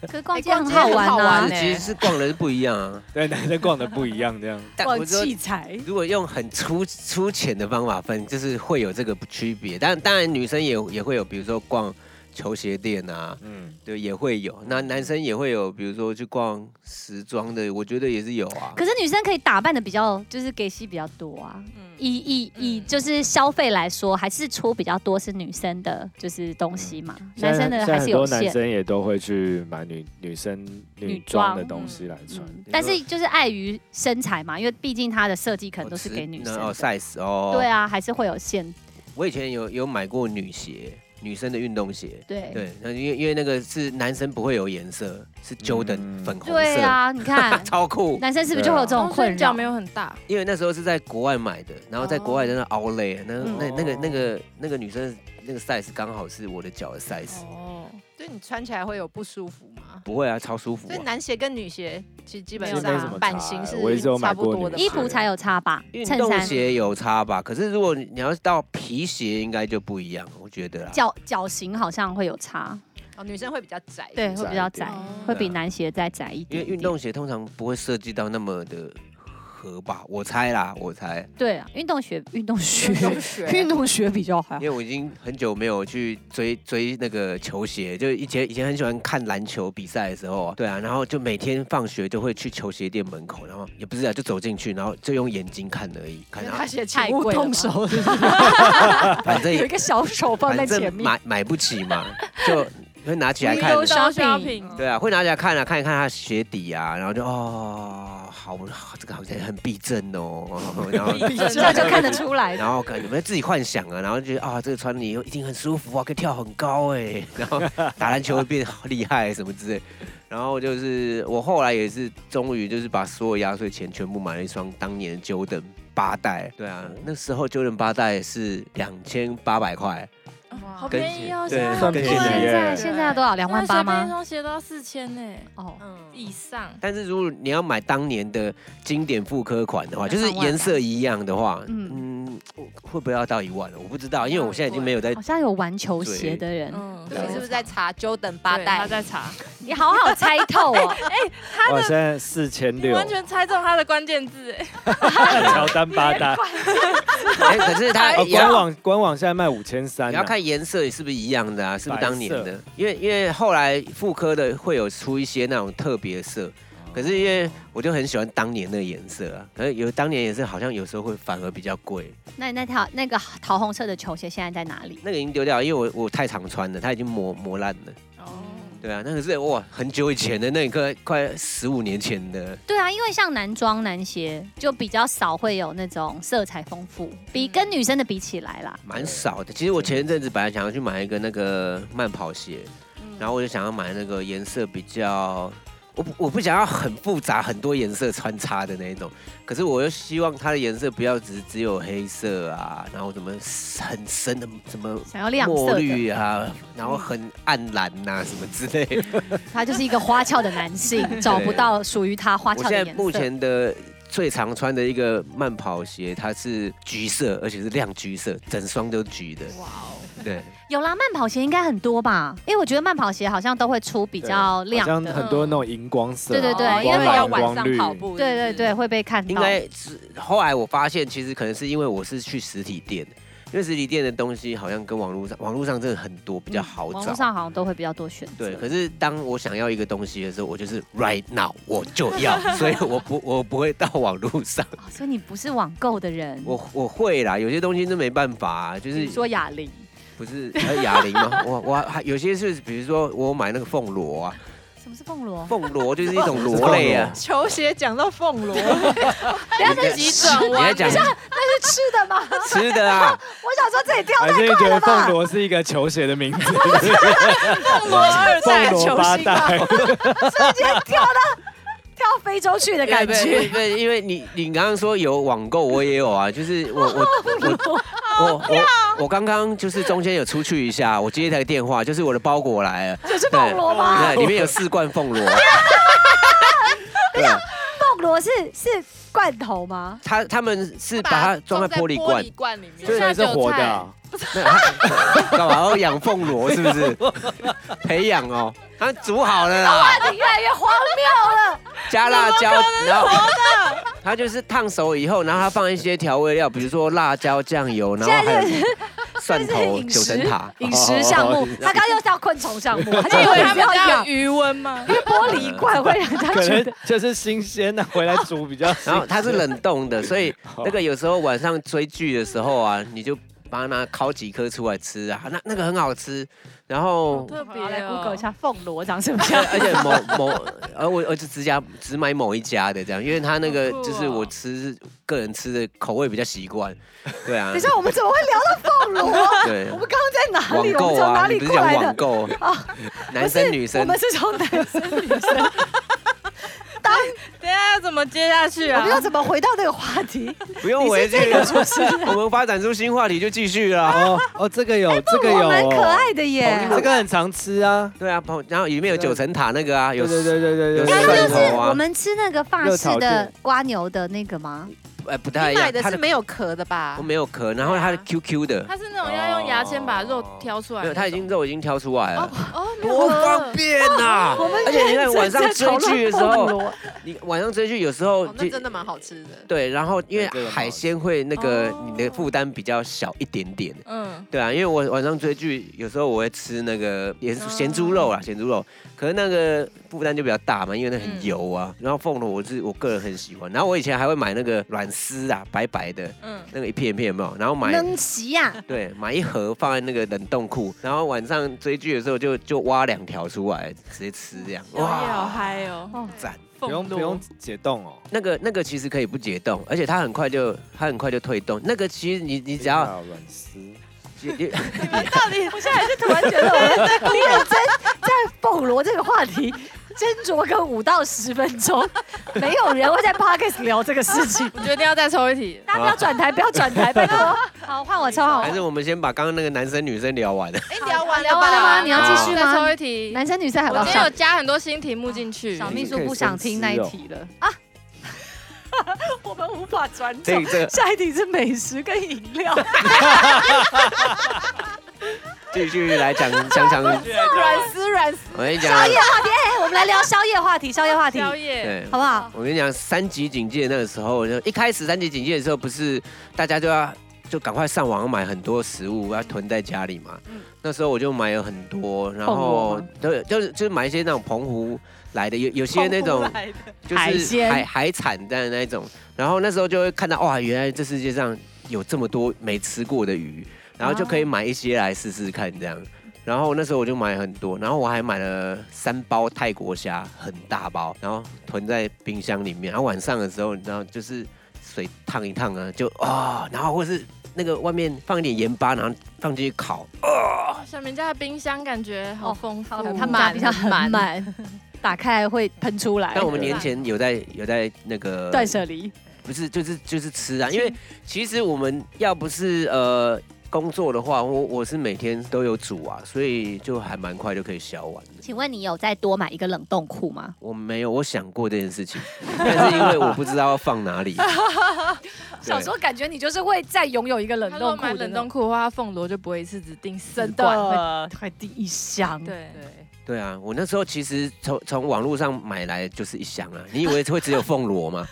[SPEAKER 3] 可是逛
[SPEAKER 2] 哎
[SPEAKER 3] 街很
[SPEAKER 2] 逛街
[SPEAKER 3] 好
[SPEAKER 2] 很
[SPEAKER 3] 玩啊
[SPEAKER 2] 好
[SPEAKER 3] 呐、
[SPEAKER 1] 但
[SPEAKER 2] 玩呢
[SPEAKER 1] 是其实是逛的是不一样啊。
[SPEAKER 6] 对，男生逛的不一样，这样。
[SPEAKER 1] 但我
[SPEAKER 3] 逛
[SPEAKER 1] 说
[SPEAKER 3] 器材。
[SPEAKER 1] 如果用很粗粗浅的方法分，就是会有这个区别。但当然，女生也也会有，比如说逛球鞋店啊，
[SPEAKER 6] 嗯，
[SPEAKER 1] 对，也会有。那男生也会有，比如说去逛时装的，我觉得也是有啊。
[SPEAKER 3] 可是女生可以打扮的比较，就是给戏比较多啊。
[SPEAKER 1] 嗯
[SPEAKER 3] 以以以，就是消费来说，还是出比较多是女生的，就是东西嘛。
[SPEAKER 1] 嗯
[SPEAKER 3] 男生的
[SPEAKER 6] 现在
[SPEAKER 3] 还
[SPEAKER 6] 很
[SPEAKER 3] 是
[SPEAKER 6] 多
[SPEAKER 3] 有
[SPEAKER 6] 男
[SPEAKER 3] 限。
[SPEAKER 6] 生也都会去买女女生女
[SPEAKER 3] 女
[SPEAKER 6] 装
[SPEAKER 3] 装
[SPEAKER 6] 的东西来穿。
[SPEAKER 1] 说
[SPEAKER 3] 嗯但是就是碍于身材嘛，因为毕竟它的设计可能都是给女生
[SPEAKER 1] 哦
[SPEAKER 3] 的。
[SPEAKER 1] ，size 哦。
[SPEAKER 3] 对啊，还是会有限。
[SPEAKER 1] 我以前有有买过女鞋，女生的运动鞋。
[SPEAKER 3] 对。
[SPEAKER 1] 对，那因为因为那个是男生不会有颜色，是 Jordan、
[SPEAKER 6] 嗯
[SPEAKER 1] 粉红
[SPEAKER 3] 对
[SPEAKER 1] 色，，
[SPEAKER 3] 啊，你 看
[SPEAKER 1] 啊超酷。
[SPEAKER 3] 男生是不是就会有这种困
[SPEAKER 4] 脚
[SPEAKER 3] 扰？
[SPEAKER 4] 没有很大，
[SPEAKER 1] 因为那时候是在国外买的，然后在国外的那
[SPEAKER 2] 哦
[SPEAKER 1] 奥莱，那那那个那个那个女生那个 size 刚好是我的脚的 size，
[SPEAKER 4] 哦，
[SPEAKER 2] 所以你穿起来会有不舒服吗？
[SPEAKER 1] 不会啊，超舒服
[SPEAKER 2] 所以
[SPEAKER 1] 啊。
[SPEAKER 2] 男鞋跟女鞋其实基本
[SPEAKER 6] 没有差
[SPEAKER 2] 上版型是
[SPEAKER 6] 我也是有买
[SPEAKER 2] 差
[SPEAKER 6] 过
[SPEAKER 2] 不多
[SPEAKER 6] 女
[SPEAKER 2] 的
[SPEAKER 6] 鞋
[SPEAKER 2] 嘛，
[SPEAKER 3] 衣服才有差吧？
[SPEAKER 1] 运
[SPEAKER 3] 衬
[SPEAKER 1] 动
[SPEAKER 3] 衫、
[SPEAKER 1] 鞋有差吧？可是如果你要是到皮鞋，应该就不一样，我觉得啦。
[SPEAKER 3] 脚脚型好像会有差，
[SPEAKER 2] 哦女生会比较窄。
[SPEAKER 3] 对，会比较
[SPEAKER 1] 窄一
[SPEAKER 3] 窄
[SPEAKER 1] 点，
[SPEAKER 3] 哎
[SPEAKER 4] 哦
[SPEAKER 3] 会比
[SPEAKER 1] 对啊
[SPEAKER 3] 男鞋再窄
[SPEAKER 1] 因
[SPEAKER 3] 一
[SPEAKER 1] 为
[SPEAKER 3] 点点。
[SPEAKER 1] 运动鞋通常不会设计到那么的合吧，我猜啦，我猜，
[SPEAKER 3] 对啊，运动鞋，运动鞋
[SPEAKER 2] 运，动鞋
[SPEAKER 3] 运动鞋比较好
[SPEAKER 1] 因。为我已经很久没有去追追那个球鞋，就以前以前很喜欢看篮球比赛的时候啊，对啊，然后就每天放学就会去球鞋店门口，然后也不是啊，就走进去，然后就用眼睛看而已，看
[SPEAKER 2] 因为
[SPEAKER 1] 然 后
[SPEAKER 2] 他鞋
[SPEAKER 3] 太贵了吧，
[SPEAKER 1] 反正
[SPEAKER 3] 有一个小手放在
[SPEAKER 1] 反
[SPEAKER 3] 前
[SPEAKER 1] 正
[SPEAKER 3] 面。
[SPEAKER 1] 买买不起嘛，就会拿起来 看。
[SPEAKER 4] Window shopping
[SPEAKER 1] 对啊，会拿起来看啊，看一看它的鞋底啊，然后就哦，好，好这个好像很避震哦， 然后
[SPEAKER 3] 这就看得出来，
[SPEAKER 1] 然后可能有没有自己幻想啊，然后觉得啊，这个穿你一定很舒服啊，可以跳很高哎， 然后打篮球会变好厉害什么之类。然后就是我后来也是，终于就是把所有压岁钱全部买了一双当年的 Jordan 八代，对啊，那时候 Jordan 八代是两千八百块，
[SPEAKER 4] 好
[SPEAKER 1] 跟
[SPEAKER 4] 便宜哦，
[SPEAKER 1] 对
[SPEAKER 4] 现
[SPEAKER 1] 跟
[SPEAKER 4] 在 好
[SPEAKER 1] 对
[SPEAKER 4] 贵
[SPEAKER 1] 现在
[SPEAKER 3] 现在
[SPEAKER 6] 耶
[SPEAKER 3] 现在要多少？两万八
[SPEAKER 4] 一
[SPEAKER 3] 吗？
[SPEAKER 4] 双鞋都要四千呢
[SPEAKER 3] 哦，
[SPEAKER 4] 以上。
[SPEAKER 1] 但是如果你要买当年的经典复刻款的话，就是颜色一样的话，
[SPEAKER 3] 嗯
[SPEAKER 1] 嗯，会不会要到一万了？我不知道，因为我现在已经没有 在
[SPEAKER 3] 好像有玩球鞋的人，
[SPEAKER 4] 嗯，
[SPEAKER 2] 对，是不
[SPEAKER 4] 对
[SPEAKER 2] 是在查 Jordan 八
[SPEAKER 4] 对他
[SPEAKER 2] 代？
[SPEAKER 4] 在查，
[SPEAKER 3] 你好好猜透哦。
[SPEAKER 6] 哇，现在四千
[SPEAKER 4] 你
[SPEAKER 6] 六，
[SPEAKER 4] 完全猜中他的关键字哎，
[SPEAKER 6] 乔丹八代。
[SPEAKER 1] 哎，可是它
[SPEAKER 6] 哦，
[SPEAKER 1] 也
[SPEAKER 6] 官
[SPEAKER 1] 要
[SPEAKER 6] 网官网现在卖五千三，啊
[SPEAKER 1] 你要看颜色是不是一样的啊？是不是当年
[SPEAKER 6] 白
[SPEAKER 1] 的？因为因为后来妇科的会有出一些那种特别色，可是因为我就很喜欢当年的颜色啊。可是有当年颜色好像有时候会反而比较贵，
[SPEAKER 3] 那你那条那个桃红色的球鞋现在在哪里？
[SPEAKER 1] 那个已经丢掉，因为我我太常穿了，它已经磨磨烂了。
[SPEAKER 4] 哦
[SPEAKER 1] 对啊，那个是哇，很久以前的那一个，快十五年前的。
[SPEAKER 3] 对啊，因为像男装男鞋就比较少会有那种色彩丰富，比跟女生的比起来啦，
[SPEAKER 1] 蛮少的。其实我前一阵子本来想要去买一个那个慢跑鞋，
[SPEAKER 3] 嗯
[SPEAKER 1] 然后我就想要买那个颜色比较，我不我不想要很复杂很多颜色穿插的那一种，可是我又希望它的颜色不要只只有黑色啊，然后什么很深的什么。
[SPEAKER 3] 想要亮
[SPEAKER 1] 墨
[SPEAKER 3] 色的，
[SPEAKER 1] 绿啊，然后很暗蓝呐、什么之类。
[SPEAKER 3] 他就是一个花俏的男性，找不到属于他花
[SPEAKER 1] 我
[SPEAKER 3] 俏
[SPEAKER 1] 现
[SPEAKER 3] 啊的
[SPEAKER 1] 在
[SPEAKER 3] 颜色。
[SPEAKER 1] 目前的最常穿的一个慢跑鞋，它是橘色，而且是亮橘色，整双都橘的。哇哦！对，
[SPEAKER 3] 有啦，慢跑鞋应该很多吧？因为我觉得慢跑鞋好像都会出比
[SPEAKER 6] 对
[SPEAKER 3] 较
[SPEAKER 6] 好
[SPEAKER 3] 亮
[SPEAKER 6] 像
[SPEAKER 3] 的，
[SPEAKER 6] 很多那种荧光色啊，
[SPEAKER 3] 对对对因
[SPEAKER 6] 荧光
[SPEAKER 3] 为
[SPEAKER 6] 蓝
[SPEAKER 2] 要
[SPEAKER 6] 荧
[SPEAKER 2] 晚
[SPEAKER 6] 光
[SPEAKER 2] 上
[SPEAKER 6] 绿
[SPEAKER 2] 跑步，
[SPEAKER 3] 对对对，，会被看
[SPEAKER 1] 应
[SPEAKER 3] 到。
[SPEAKER 1] 该是后来我发现，其实可能是因为我是去实体店，因为实体店的东西好像跟网络上，网络上真的很多比较好
[SPEAKER 3] 嗯网
[SPEAKER 1] 找
[SPEAKER 3] 络。上好像都会比较多选择。
[SPEAKER 1] 对，可是当我想要一个东西的时候，我就是 right now 我就要， 所以我不我不会到网络上，
[SPEAKER 3] 哦所以你不是网购的人，
[SPEAKER 1] 我我会啦，有些东西真没办法、啊，就
[SPEAKER 3] 比
[SPEAKER 1] 是
[SPEAKER 3] 如说哑铃，
[SPEAKER 1] 不是还有哑铃吗？我我还有些是比如说我买那个凤螺啊，
[SPEAKER 3] 什么是凤螺？
[SPEAKER 1] 凤螺就是一种螺类啊，
[SPEAKER 2] 球鞋讲到 凤螺，
[SPEAKER 3] 不要再
[SPEAKER 1] 急
[SPEAKER 3] 转
[SPEAKER 1] 你在讲
[SPEAKER 3] 那是吃的吗？
[SPEAKER 1] 吃的啊，
[SPEAKER 3] 我想说这里掉
[SPEAKER 6] 还是你觉得凤螺是一个球鞋的名 字？
[SPEAKER 2] 凤螺二代
[SPEAKER 6] 凤
[SPEAKER 2] 球
[SPEAKER 6] 螺八
[SPEAKER 2] 星啊，
[SPEAKER 6] 代，
[SPEAKER 3] 瞬间跳到跳非洲去的感
[SPEAKER 1] 对
[SPEAKER 3] 觉。
[SPEAKER 1] 对，因为你你刚刚说有网购，我也有啊，就是我我我我我我刚刚就是中间有出去一下，我接一台电话，就是我的包裹来了，
[SPEAKER 3] 这是凤螺吗？
[SPEAKER 1] 对，里面有四罐凤 螺。对，
[SPEAKER 3] 凤螺是是罐头吗？
[SPEAKER 1] 他他们是把它装在玻璃罐，
[SPEAKER 7] 罐里面
[SPEAKER 1] 就
[SPEAKER 6] 虽然是活的啊，
[SPEAKER 1] 那他干嘛要养凤螺？是不 是？培养哦，它煮好了啦，
[SPEAKER 3] 你越来越荒谬了。
[SPEAKER 1] 加辣椒，然后 它就是烫熟以后，然后它放一些调味料，比如说辣椒、酱油，然后
[SPEAKER 3] 现在
[SPEAKER 1] 还
[SPEAKER 3] 就
[SPEAKER 1] 有
[SPEAKER 3] 是
[SPEAKER 1] 蒜
[SPEAKER 3] 这是
[SPEAKER 1] 头、
[SPEAKER 3] 饮
[SPEAKER 1] 九层
[SPEAKER 3] 食
[SPEAKER 1] 塔。
[SPEAKER 3] 饮食项目
[SPEAKER 6] 哦，
[SPEAKER 3] 他刚刚又是要昆虫项 目，他就以
[SPEAKER 7] 因为
[SPEAKER 3] 为
[SPEAKER 7] 他
[SPEAKER 3] 不
[SPEAKER 7] 们
[SPEAKER 3] 要
[SPEAKER 7] 叫
[SPEAKER 3] 养
[SPEAKER 7] 余温嘛，
[SPEAKER 3] 玻璃罐会让他
[SPEAKER 6] 可
[SPEAKER 3] 觉
[SPEAKER 6] 能
[SPEAKER 3] 得
[SPEAKER 6] 就是新鲜的，回来煮比较新鲜。
[SPEAKER 1] 然后它是冷冻的，所以那个有时候晚上追剧的时候啊，你就把它拿烤几颗出来吃啊，那那个很好吃。然后
[SPEAKER 7] 特别
[SPEAKER 3] 好来 Google
[SPEAKER 7] 哦
[SPEAKER 3] 一。下凤螺长什么
[SPEAKER 1] 而
[SPEAKER 3] 样。
[SPEAKER 1] 而且某某，而我我就只家只买某一家的这样，因为他那个
[SPEAKER 7] 好酷哦
[SPEAKER 1] 就是我吃个人吃的口味比较习惯，对啊
[SPEAKER 3] 等一，下，我们怎么会聊到凤螺？
[SPEAKER 1] 对啊
[SPEAKER 3] 我，们刚刚在哪
[SPEAKER 1] 网
[SPEAKER 3] 里？我们
[SPEAKER 1] 购
[SPEAKER 3] 从
[SPEAKER 1] 啊，
[SPEAKER 3] 哪
[SPEAKER 1] 你
[SPEAKER 3] 里
[SPEAKER 1] 不是
[SPEAKER 3] 过
[SPEAKER 1] 讲
[SPEAKER 3] 来
[SPEAKER 1] 网
[SPEAKER 3] 的？
[SPEAKER 1] 购，男生女
[SPEAKER 3] 我
[SPEAKER 1] 生
[SPEAKER 3] 们，是从男 生女生，
[SPEAKER 7] 等一下要怎么接下去
[SPEAKER 3] 我
[SPEAKER 7] 啊
[SPEAKER 3] 们？要怎么回到那个话题？
[SPEAKER 1] 不用
[SPEAKER 3] 你
[SPEAKER 1] 回
[SPEAKER 3] 是这
[SPEAKER 1] 去
[SPEAKER 3] 个
[SPEAKER 1] 了，
[SPEAKER 3] 主持人，
[SPEAKER 1] 我们发展出新话题就继续了。
[SPEAKER 6] 哦哦，这个有，这个
[SPEAKER 3] 凤
[SPEAKER 6] 有，哦
[SPEAKER 3] 螺蛮可爱的耶。
[SPEAKER 1] 哦
[SPEAKER 6] 这个很常吃啊。
[SPEAKER 1] 对啊，朋友然后里面有九层塔那个啊，有
[SPEAKER 6] 对对对对对
[SPEAKER 1] 有
[SPEAKER 6] 对，
[SPEAKER 1] 蒜
[SPEAKER 3] 它就是
[SPEAKER 1] 头
[SPEAKER 3] 我
[SPEAKER 1] 啊，
[SPEAKER 3] 们吃那个法
[SPEAKER 6] 热
[SPEAKER 3] 式
[SPEAKER 6] 炒
[SPEAKER 3] 的
[SPEAKER 6] 店
[SPEAKER 3] 瓜牛的那个吗？
[SPEAKER 1] 呃不太一
[SPEAKER 2] 你
[SPEAKER 1] 样
[SPEAKER 2] 买，的
[SPEAKER 1] 它
[SPEAKER 2] 是没有壳的吧
[SPEAKER 1] 我？没有壳，然后它是 QQ 的，
[SPEAKER 7] 它是那种要用牙签把肉挑出来
[SPEAKER 1] 没
[SPEAKER 7] 那
[SPEAKER 1] 有，
[SPEAKER 7] 种，
[SPEAKER 1] 它已经肉已经挑出来了，
[SPEAKER 7] 哦，没有
[SPEAKER 1] 多方便呐！而且你看晚上追剧的时候，
[SPEAKER 3] 螺，
[SPEAKER 1] 你晚上追剧有时候
[SPEAKER 2] 哦，那真的蛮好吃的。
[SPEAKER 1] 对，然后因为
[SPEAKER 6] 对这个蛮好
[SPEAKER 1] 海鲜会那个
[SPEAKER 7] 哦
[SPEAKER 1] 你的负担比较小一点点，
[SPEAKER 7] 嗯，
[SPEAKER 1] 对啊，因为我晚上追剧，有时候我会吃那个也是咸猪肉啦，咸猪肉，可是那个负担就比较大嘛，因为那很油啊。然后凤螺我是我个人很喜欢，然后我以前还会买那个软丝啊，白白的，
[SPEAKER 7] 嗯
[SPEAKER 1] 那个一片一片有没有？然后买
[SPEAKER 3] 能骑呀！
[SPEAKER 1] 对买一盒放在那个冷冻库，然后晚上追剧的时候就就挖两条出来直接吃这样，
[SPEAKER 7] 宵夜好，嗨哦，
[SPEAKER 3] 哦，
[SPEAKER 1] 赞！
[SPEAKER 6] 不用不用解冻哦。
[SPEAKER 1] 那个那个其实可以不解冻，而且它很快就它很快就退冻。那个其实你你只要
[SPEAKER 6] 软丝，
[SPEAKER 1] 你你
[SPEAKER 7] 到底
[SPEAKER 3] 我现在还是突然觉得我们在你有真在凤螺这个话 题斟酌个五到十分钟，没有人会在 podcast 聊这个事 情。
[SPEAKER 7] 我决定要再抽一题。
[SPEAKER 3] 大家不要转台，不要转台，拜托。 好，换我抽好
[SPEAKER 1] 还是我们先把刚刚那个男生女生聊完。
[SPEAKER 7] 哎，聊完
[SPEAKER 3] 聊完了吗？你要继续
[SPEAKER 7] 再抽
[SPEAKER 3] 吗？
[SPEAKER 7] 一题。
[SPEAKER 3] 男生女生还
[SPEAKER 7] 我
[SPEAKER 3] 要
[SPEAKER 7] 今天有加很多新题目进去。
[SPEAKER 3] 小秘书不想听那一题了啊。 我们无法转
[SPEAKER 1] 这
[SPEAKER 3] 走。
[SPEAKER 1] 这
[SPEAKER 3] 下一题是美食跟饮料，
[SPEAKER 1] 继续来讲 讲讲，
[SPEAKER 2] 软丝软丝，
[SPEAKER 1] 我跟你讲，
[SPEAKER 3] 宵夜话题。 哎，我们来聊宵夜话题，宵夜话题，
[SPEAKER 7] 宵
[SPEAKER 3] 好
[SPEAKER 7] 夜，
[SPEAKER 1] 对，
[SPEAKER 3] 不好？
[SPEAKER 1] 我跟你讲，三级警戒那个时候，就一开始三级警戒的时候，不是大家就要就赶快上网买很多食物，要囤在家里嘛。那时候我就买了很多，然
[SPEAKER 3] 嗯澎湖
[SPEAKER 1] 后
[SPEAKER 3] 吗
[SPEAKER 1] 对，就是就是买一些那种澎湖来的，有有些那种就是
[SPEAKER 3] 海鲜
[SPEAKER 1] 海海产的那一种。然后那时候就会看到哇，原来这世界上有这么多没吃过的鱼，然后就可以买一些来试试看这样。然后那时候我就买很多，然后我还买了三包泰国虾，很大包，然后囤在冰箱里面。然后晚上的时候，你知道，就是水烫一烫啊，就啊、然后或是那个外面放一点盐巴，然后放进去烤，
[SPEAKER 7] 哦小明家的冰箱感觉好丰富
[SPEAKER 3] 哦好，，
[SPEAKER 2] 很
[SPEAKER 3] 嗯他
[SPEAKER 2] 满
[SPEAKER 3] 妈比较很
[SPEAKER 2] 很
[SPEAKER 3] 满，打开会喷出来。
[SPEAKER 1] 但我们年前有在有在那个
[SPEAKER 3] 断舍离，
[SPEAKER 1] 不是就是就是吃啊，因为其实我们要不是呃工作的话，我我是每天都有煮啊，所以就还蛮快就可以消完的。
[SPEAKER 3] 请问你有再多买一个冷冻库吗？
[SPEAKER 1] 我没有，我想过这件事情，但是因为我不知道要放哪里。
[SPEAKER 3] 小时候感觉你就是会再拥有一个冷
[SPEAKER 7] 他如果
[SPEAKER 3] 冻库的
[SPEAKER 7] 买
[SPEAKER 3] 那
[SPEAKER 7] 冷冻
[SPEAKER 3] 种，
[SPEAKER 7] 库的话，凤螺就不会一次只订四
[SPEAKER 3] 真
[SPEAKER 7] 罐。
[SPEAKER 2] 哦
[SPEAKER 3] 的快第一箱。
[SPEAKER 7] 对，
[SPEAKER 1] 对啊，我那时候其实从从网络上买来就是一箱啊，你以为会只有凤螺吗？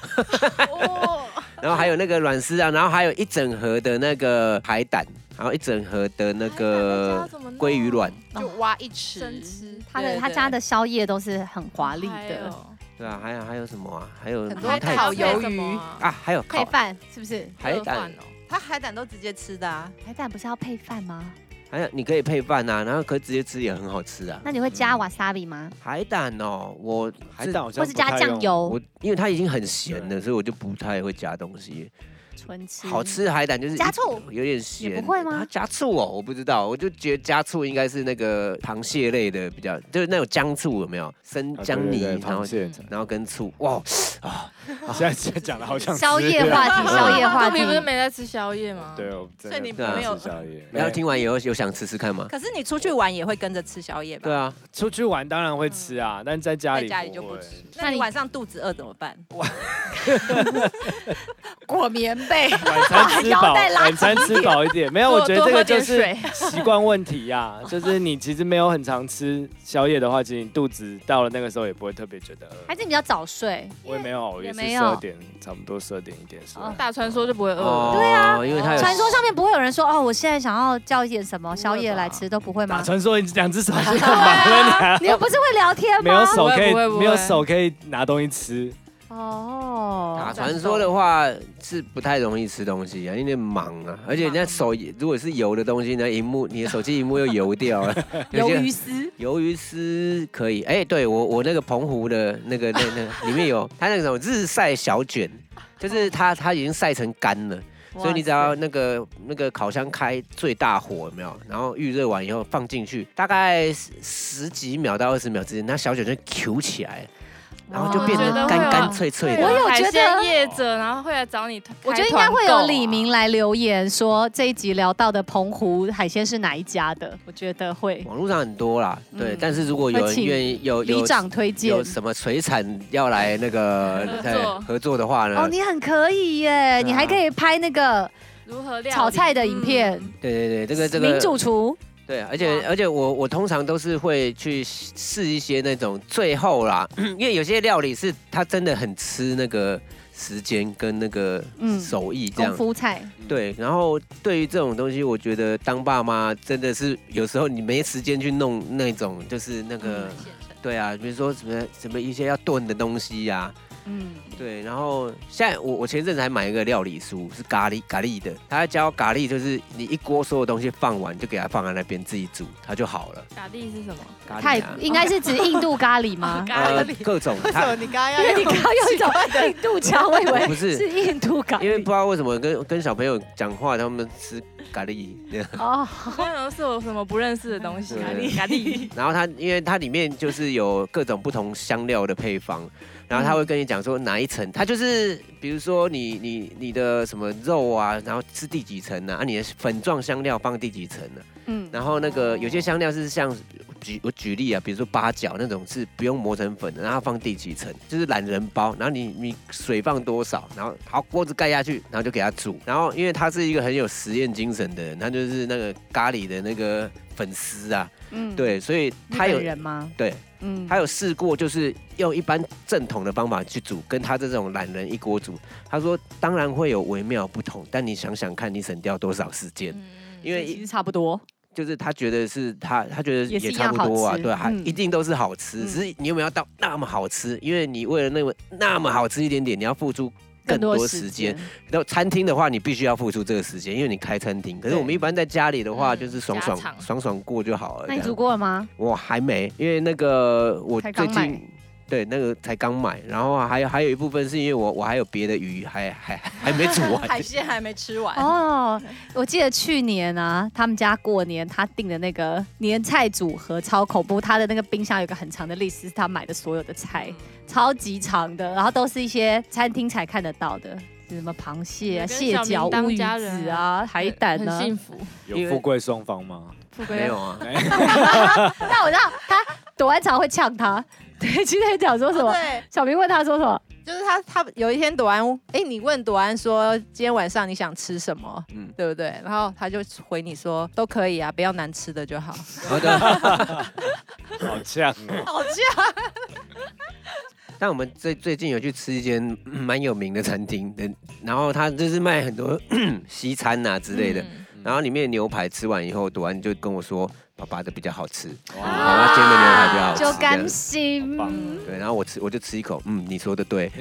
[SPEAKER 3] 哦
[SPEAKER 1] 然后还有那个软丝啊，然后还有一整盒的那个海胆，然后一整盒的那个
[SPEAKER 7] 啊
[SPEAKER 1] 鲑鱼卵，
[SPEAKER 2] 就挖一尺，
[SPEAKER 7] 生吃，
[SPEAKER 3] 他的他家的宵夜都是很华丽
[SPEAKER 7] 还
[SPEAKER 3] 的，
[SPEAKER 7] 有
[SPEAKER 1] 对啊，还有还有什么啊？还有
[SPEAKER 2] 很多
[SPEAKER 1] 海
[SPEAKER 2] 海
[SPEAKER 1] 带
[SPEAKER 2] 烤
[SPEAKER 7] 烤
[SPEAKER 2] 鱿
[SPEAKER 7] 鱿
[SPEAKER 2] 鱼
[SPEAKER 7] 鱼
[SPEAKER 1] 啊，还有
[SPEAKER 3] 配
[SPEAKER 1] 烤
[SPEAKER 3] 饭是不是？
[SPEAKER 1] 海胆
[SPEAKER 7] 饭，哦，
[SPEAKER 2] 他海胆都直接吃的啊。
[SPEAKER 3] 海胆不是要配饭吗？
[SPEAKER 1] 还有你可以配饭啊，然后可以直接吃也很好吃啊。
[SPEAKER 3] 那你会加 wasabi 吗？
[SPEAKER 1] 海胆哦，我
[SPEAKER 6] 海胆好像
[SPEAKER 3] 或是加酱
[SPEAKER 6] 嗯不太用，
[SPEAKER 3] 油
[SPEAKER 1] 我？因为它已经很咸了，所以我就不太会加东西。
[SPEAKER 3] 纯吃，
[SPEAKER 1] 好。吃的海胆就是
[SPEAKER 3] 加醋
[SPEAKER 1] 有点咸，
[SPEAKER 3] 也不会吗
[SPEAKER 1] 它加醋哦，我不知道，我就觉得加醋应该是那个螃蟹类的比较，就是那种姜醋有没有生
[SPEAKER 6] 啊
[SPEAKER 1] 姜
[SPEAKER 6] 对
[SPEAKER 1] 泥，
[SPEAKER 6] 对对
[SPEAKER 1] 然后
[SPEAKER 6] 螃蟹。
[SPEAKER 1] 然后跟醋，哇，
[SPEAKER 6] 现在现在讲的好像 是
[SPEAKER 3] 宵夜话题，
[SPEAKER 4] 啊
[SPEAKER 3] 宵夜话
[SPEAKER 4] 他
[SPEAKER 3] 题
[SPEAKER 4] 们不是没在吃宵夜吗？
[SPEAKER 6] 对，我
[SPEAKER 2] 所
[SPEAKER 6] 真
[SPEAKER 2] 以
[SPEAKER 6] 的
[SPEAKER 2] 你
[SPEAKER 6] 不能
[SPEAKER 1] 没嗯
[SPEAKER 2] 有
[SPEAKER 6] 吃宵夜。
[SPEAKER 1] 然后听完以后有想吃吃看吗？
[SPEAKER 2] 可是你出去玩也会跟着吃宵夜吧？
[SPEAKER 1] 对啊，
[SPEAKER 6] 出去玩当然会吃啊，但在家
[SPEAKER 2] 在
[SPEAKER 6] 里
[SPEAKER 2] 家里就
[SPEAKER 6] 不
[SPEAKER 2] 不
[SPEAKER 6] 会
[SPEAKER 2] 吃。那你晚上肚子饿怎么办？
[SPEAKER 3] 裹棉被，
[SPEAKER 6] 晚餐吃饱，
[SPEAKER 3] 腰带拉
[SPEAKER 6] 晚餐吃饱一点。没有，
[SPEAKER 4] 多
[SPEAKER 6] 我觉得这个就是
[SPEAKER 4] 多喝点
[SPEAKER 6] 习惯问题呀、就是你其实没有很常吃宵夜的话，其实你肚子到了那个时候也不会特别觉得
[SPEAKER 3] 还
[SPEAKER 6] 饿。
[SPEAKER 3] 是你比较早睡。
[SPEAKER 6] 我也没有，我也是
[SPEAKER 3] 也没
[SPEAKER 6] 十
[SPEAKER 3] 有
[SPEAKER 6] 二点，差不多十二点一点是吧。
[SPEAKER 4] 哦大传说就不会饿。
[SPEAKER 1] 对啊，因为它有
[SPEAKER 3] 传说上面不会有人说哦，我现在想要叫一点什么宵夜来吃，都不会
[SPEAKER 6] 打
[SPEAKER 3] 吗？
[SPEAKER 6] 传说两只手是干嘛呢？
[SPEAKER 3] 你们不是会聊天
[SPEAKER 6] 没有
[SPEAKER 3] 吗？
[SPEAKER 6] 手可以
[SPEAKER 4] 不会不会不，会
[SPEAKER 6] 没有手可以拿东西吃。
[SPEAKER 1] 打
[SPEAKER 3] 哦，
[SPEAKER 1] 传说的话是不太容易吃东西啊，因为忙啊，而且人家手也如果是油的东西，那荧 幕你的手机荧幕又油掉了。有些
[SPEAKER 3] 鱿鱼丝，
[SPEAKER 1] 鱿鱼丝可以，哎、对我我那个澎湖的那 个那那里面有它那个什么日晒小卷，就是它它已经晒成干了，所以你只要那个那个烤箱开最大火有没有？然后预热完以后放进去，大概十十几秒到二十秒之间，那小卷就 Q 起来了，然后就变
[SPEAKER 4] 我觉得
[SPEAKER 1] 得
[SPEAKER 4] 会
[SPEAKER 1] 干干
[SPEAKER 4] 有
[SPEAKER 1] 脆脆
[SPEAKER 4] 对
[SPEAKER 1] 的
[SPEAKER 3] 我。有
[SPEAKER 4] 海
[SPEAKER 3] 觉得
[SPEAKER 4] 鲜业者，然后会来找你。
[SPEAKER 3] 我觉得应该会
[SPEAKER 1] 啊
[SPEAKER 4] 啊
[SPEAKER 3] 有李明。来留言说这一集聊到的澎湖海鲜是哪一家的，我觉得会
[SPEAKER 1] 网络上很多啦，对，
[SPEAKER 3] 嗯
[SPEAKER 1] 但是如果有
[SPEAKER 3] 会
[SPEAKER 1] 人
[SPEAKER 3] 请
[SPEAKER 1] 愿意有
[SPEAKER 3] 里
[SPEAKER 1] 有
[SPEAKER 3] 长推荐
[SPEAKER 1] 有。什么水产要来那个
[SPEAKER 4] 合
[SPEAKER 1] 对
[SPEAKER 4] 作
[SPEAKER 1] 合作的话呢
[SPEAKER 3] 哦，，你很可以
[SPEAKER 1] 啊
[SPEAKER 3] 耶，你还可以拍那个
[SPEAKER 4] 如何料理
[SPEAKER 3] 炒菜的影片，
[SPEAKER 1] 对对对，这嗯个这个
[SPEAKER 3] 名主厨
[SPEAKER 1] 对，而且而且我我通常都是会去试一些那种最后啦， 因为有些料理是它真的很吃那个时间跟那个
[SPEAKER 3] 嗯
[SPEAKER 1] 手艺这
[SPEAKER 3] 功
[SPEAKER 1] 样。
[SPEAKER 3] 夫菜，
[SPEAKER 1] 对，然后对于这种东西，我觉得当爸妈真的是有时候你没时间去弄那种就是那
[SPEAKER 3] 嗯
[SPEAKER 1] 个。对啊，比如说什么什么一些要炖的东西呀、
[SPEAKER 3] 嗯，
[SPEAKER 1] 对，然后现在我我前阵子还买一个料理书，是咖喱咖喱的，它教咖喱就是你一锅所有东西放完就给它放在那边自己煮，它就好了。
[SPEAKER 4] 打地是什 么？
[SPEAKER 1] 咖
[SPEAKER 3] 泰
[SPEAKER 1] 喱啊，
[SPEAKER 3] 应该是指印度哦咖喱 吗？
[SPEAKER 1] 呃各种它
[SPEAKER 2] 你刚刚
[SPEAKER 3] 因为你刚刚有一种印度腔，我以 为
[SPEAKER 1] 不是
[SPEAKER 3] 是印度咖喱，
[SPEAKER 1] 因为不知道为什么跟跟小朋友讲话，他们吃咖喱，
[SPEAKER 3] 哦，
[SPEAKER 4] 我有是有什么不认识的东西？
[SPEAKER 1] 对
[SPEAKER 4] 咖喱，
[SPEAKER 1] 然后它因为它里面就是有各种不同香料的配方，然后他会跟你讲说哪一层，它就是比如说你你你的什么肉啊，然后是第几层啊，啊你的粉状香料放第几层啊，
[SPEAKER 3] 嗯，
[SPEAKER 1] 然后那个有些
[SPEAKER 4] 哦
[SPEAKER 1] 香料是像举我举例啊，比如说八角那种是不用磨成粉的，然后放第几层，就是懒人包，然后你你水放多少，然后好锅子盖下去，然后就给它煮，然后因为他是一个很有实验精神的人，他就是那个咖喱的那个粉丝啊，
[SPEAKER 3] 嗯，
[SPEAKER 1] 对，所以
[SPEAKER 3] 日
[SPEAKER 1] 他有
[SPEAKER 3] 本人吗？
[SPEAKER 1] 对，
[SPEAKER 3] 嗯，
[SPEAKER 1] 他有试过，就是用一般正统的方法去煮，跟他这种懒人一锅煮，他说当然会有微妙不同，但你想想看，你省掉多少时间，
[SPEAKER 3] 嗯
[SPEAKER 1] 因为一
[SPEAKER 3] 其实差不多，
[SPEAKER 1] 就是他觉得是他，他觉得
[SPEAKER 3] 也是
[SPEAKER 1] 也
[SPEAKER 3] 一
[SPEAKER 1] 差
[SPEAKER 3] 样
[SPEAKER 1] 不多
[SPEAKER 3] 好
[SPEAKER 1] 啊，
[SPEAKER 3] 吃
[SPEAKER 1] 对啊，还
[SPEAKER 3] 嗯
[SPEAKER 1] 一定都是好吃，
[SPEAKER 3] 嗯
[SPEAKER 1] 只是你有没有到那么好吃？因为你为了那么那么好吃一点点，你要付出更多时间。，然后餐厅的话，你必须要付出这个时间，因为你开餐厅。可是
[SPEAKER 3] 对
[SPEAKER 1] 我们一般在家里的话，
[SPEAKER 4] 嗯
[SPEAKER 1] 就是爽
[SPEAKER 4] 家
[SPEAKER 1] 爽
[SPEAKER 4] 常
[SPEAKER 1] 爽爽过就好了。
[SPEAKER 3] 那你
[SPEAKER 1] 这
[SPEAKER 3] 煮
[SPEAKER 1] 样
[SPEAKER 3] 过了吗？
[SPEAKER 1] 我还没，因为那个我
[SPEAKER 3] 才刚
[SPEAKER 1] 最
[SPEAKER 3] 买
[SPEAKER 1] 近。对，那个才刚买，然后还有还有一部分是因为我我还有别的鱼还还还没煮 完，
[SPEAKER 2] 海鲜还没吃完，
[SPEAKER 3] 哦，我记得去年啊，他们家过年他订的那个年菜组合超恐怖，他的那个冰箱有个很长的 list，是他买的所有的菜，超级长的，然后都是一些餐厅才看得到的，什么螃蟹啊、
[SPEAKER 4] 跟
[SPEAKER 3] 蟹
[SPEAKER 4] 小明
[SPEAKER 3] 脚、
[SPEAKER 4] 当
[SPEAKER 3] 乌鱼
[SPEAKER 4] 家人
[SPEAKER 3] 子
[SPEAKER 4] 啊
[SPEAKER 3] 啊、 海胆
[SPEAKER 4] 很
[SPEAKER 3] 啊。
[SPEAKER 4] 幸福。
[SPEAKER 1] 因
[SPEAKER 6] 有
[SPEAKER 1] 为
[SPEAKER 6] 富贵双方吗？
[SPEAKER 4] 富贵
[SPEAKER 1] 没有啊，
[SPEAKER 3] 那我知道他躲完场会呛他， 对，今天讲说什么？
[SPEAKER 2] 对，
[SPEAKER 3] 小明问他说什么？
[SPEAKER 2] 就是他，他有一天朵安，哎、你问朵安说今天晚上你想吃什么，
[SPEAKER 1] 嗯，
[SPEAKER 2] 对不对？然后他就回你说都可以啊，不要难吃的就好。
[SPEAKER 1] 好的。
[SPEAKER 6] 好呛哦！
[SPEAKER 2] 好像
[SPEAKER 1] 但我们最最近有去吃一间嗯蛮有名的餐厅，嗯然后它就是卖很多 西餐呐、之类的，然后里面的牛排吃完以后，朵安就跟我说：“爸爸的比较好吃，爸爸
[SPEAKER 6] 哇，
[SPEAKER 1] 煎的牛排比较好吃。”
[SPEAKER 3] 啊就
[SPEAKER 1] 这
[SPEAKER 3] 甘
[SPEAKER 1] 样
[SPEAKER 3] 心
[SPEAKER 6] 好。棒
[SPEAKER 1] 对，然后我吃我就吃一口，嗯，你说的对，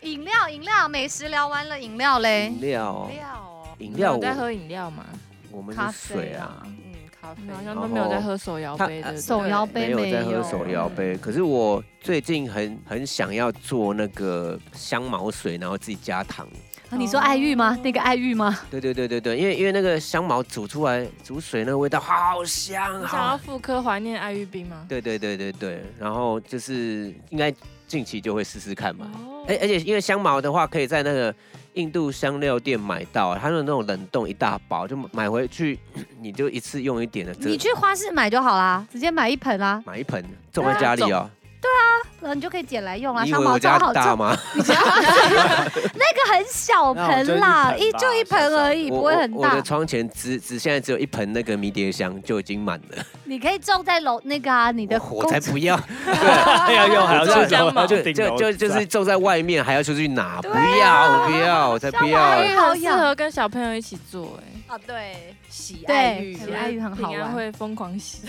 [SPEAKER 3] 饮料，饮料，美食聊完了，饮料嘞
[SPEAKER 1] 饮。料哦，
[SPEAKER 2] 料哦，
[SPEAKER 1] 饮
[SPEAKER 4] 你
[SPEAKER 1] 料
[SPEAKER 4] 有在
[SPEAKER 1] 我
[SPEAKER 4] 喝饮料吗？
[SPEAKER 1] 我们
[SPEAKER 3] 咖
[SPEAKER 1] 是
[SPEAKER 3] 啡
[SPEAKER 1] 水
[SPEAKER 3] 啊
[SPEAKER 1] 啊，
[SPEAKER 2] 嗯，咖咖啡
[SPEAKER 4] 你。好像都没有在喝手摇杯
[SPEAKER 1] 他呃
[SPEAKER 4] 的，
[SPEAKER 3] 手摇杯
[SPEAKER 1] 没有在喝
[SPEAKER 3] 有
[SPEAKER 1] 手摇杯，可是我最近很很想要做那个香茅水，然后自己加糖。
[SPEAKER 3] 啊你说爱玉吗？那个爱玉吗？
[SPEAKER 1] 对对对对对，因为因为那个香茅煮出来煮水那个味道好香
[SPEAKER 4] 你想要
[SPEAKER 1] 啊！
[SPEAKER 4] 复刻怀念爱玉冰吗？
[SPEAKER 1] 对对对对对，然后就是应该近期就会试试看嘛。哎
[SPEAKER 4] 哦
[SPEAKER 1] 而而且因为香茅的话，可以在那个印度香料店买到，啊它有那种冷冻一大包，就买回去 你就一次用一点的，
[SPEAKER 3] 你去花市买就好啦，直接买一盆啦，
[SPEAKER 1] 买一盆种在家里哦。
[SPEAKER 3] 然后你就可以捡来用啦。
[SPEAKER 1] 你以
[SPEAKER 3] 香
[SPEAKER 1] 为
[SPEAKER 3] 茅
[SPEAKER 1] 我
[SPEAKER 3] 啊种
[SPEAKER 1] 家
[SPEAKER 3] 好
[SPEAKER 1] 大
[SPEAKER 3] 种，
[SPEAKER 1] 吗？
[SPEAKER 3] 那个很小盆啦，
[SPEAKER 6] 那我就
[SPEAKER 3] 一就一
[SPEAKER 6] 一盆吧
[SPEAKER 3] 盆而已，
[SPEAKER 1] 我
[SPEAKER 3] 不会很
[SPEAKER 1] 我我的
[SPEAKER 3] 大。
[SPEAKER 1] 窗前只只现在只有一盆那个迷迭香就已经满了，
[SPEAKER 3] 你可以种在楼那个啊，你的
[SPEAKER 1] 我
[SPEAKER 3] 公
[SPEAKER 1] 才不 要，
[SPEAKER 6] 对，要用还要
[SPEAKER 1] 我
[SPEAKER 6] 去
[SPEAKER 1] 知
[SPEAKER 4] 道
[SPEAKER 6] 还要
[SPEAKER 1] 就
[SPEAKER 6] 去顶
[SPEAKER 1] 就
[SPEAKER 6] 楼
[SPEAKER 1] 就就是种在外面还要出去拿，
[SPEAKER 3] 啊
[SPEAKER 1] 不要我不要，我才不
[SPEAKER 3] 香
[SPEAKER 1] 要
[SPEAKER 3] 茅。
[SPEAKER 4] 玉很适合跟小朋友一起做，哎，
[SPEAKER 2] 啊，对，喜
[SPEAKER 3] 爱
[SPEAKER 2] 爱
[SPEAKER 3] 玉
[SPEAKER 2] 玉，
[SPEAKER 3] 喜爱玉很好玩
[SPEAKER 4] 平安会疯狂洗。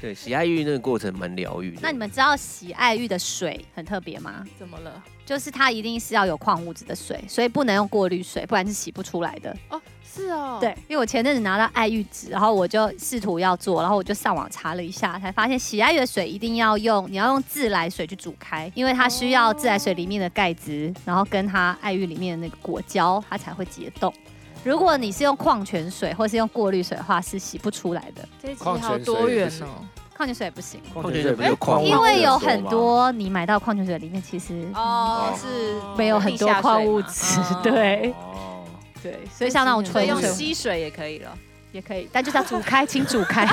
[SPEAKER 1] 对，喜爱玉那个过程蛮疗愈的。
[SPEAKER 3] 那你们知道喜爱玉的水很特别吗？
[SPEAKER 4] 怎么了？
[SPEAKER 3] 就是它一定是要有矿物质的水，所以不能用过滤水，不然是洗不出来的。
[SPEAKER 4] 哦，是哦，
[SPEAKER 3] 对，因为我前阵子拿到爱玉纸，然后我就试图要做，然后我就上网查了一下，才发现喜爱玉的水一定要用，你要用自来水去煮开，因为它需要自来水里面的钙质，然后跟它爱玉里面的那个果胶，它才会解冻。如果你是用矿泉水或是用过滤水的话，是洗不出来的。
[SPEAKER 4] 这一集
[SPEAKER 6] 矿泉
[SPEAKER 4] 好
[SPEAKER 6] 水
[SPEAKER 4] 多
[SPEAKER 6] 也
[SPEAKER 4] 元
[SPEAKER 6] 不行
[SPEAKER 4] 哦，
[SPEAKER 3] 矿泉水不行，
[SPEAKER 1] 矿泉水不是有矿物质
[SPEAKER 3] 因为有
[SPEAKER 6] 矿泉水
[SPEAKER 3] 很多你买到矿泉水里面其实
[SPEAKER 2] 哦
[SPEAKER 1] 哦，
[SPEAKER 2] 是
[SPEAKER 3] 没有很多矿物质， 对
[SPEAKER 6] 哦，
[SPEAKER 3] 对，所以像那种
[SPEAKER 2] 所
[SPEAKER 3] 纯
[SPEAKER 2] 以用
[SPEAKER 3] 水
[SPEAKER 2] 吸水也可以了。
[SPEAKER 3] 也可以，但就是要煮开，请煮 开，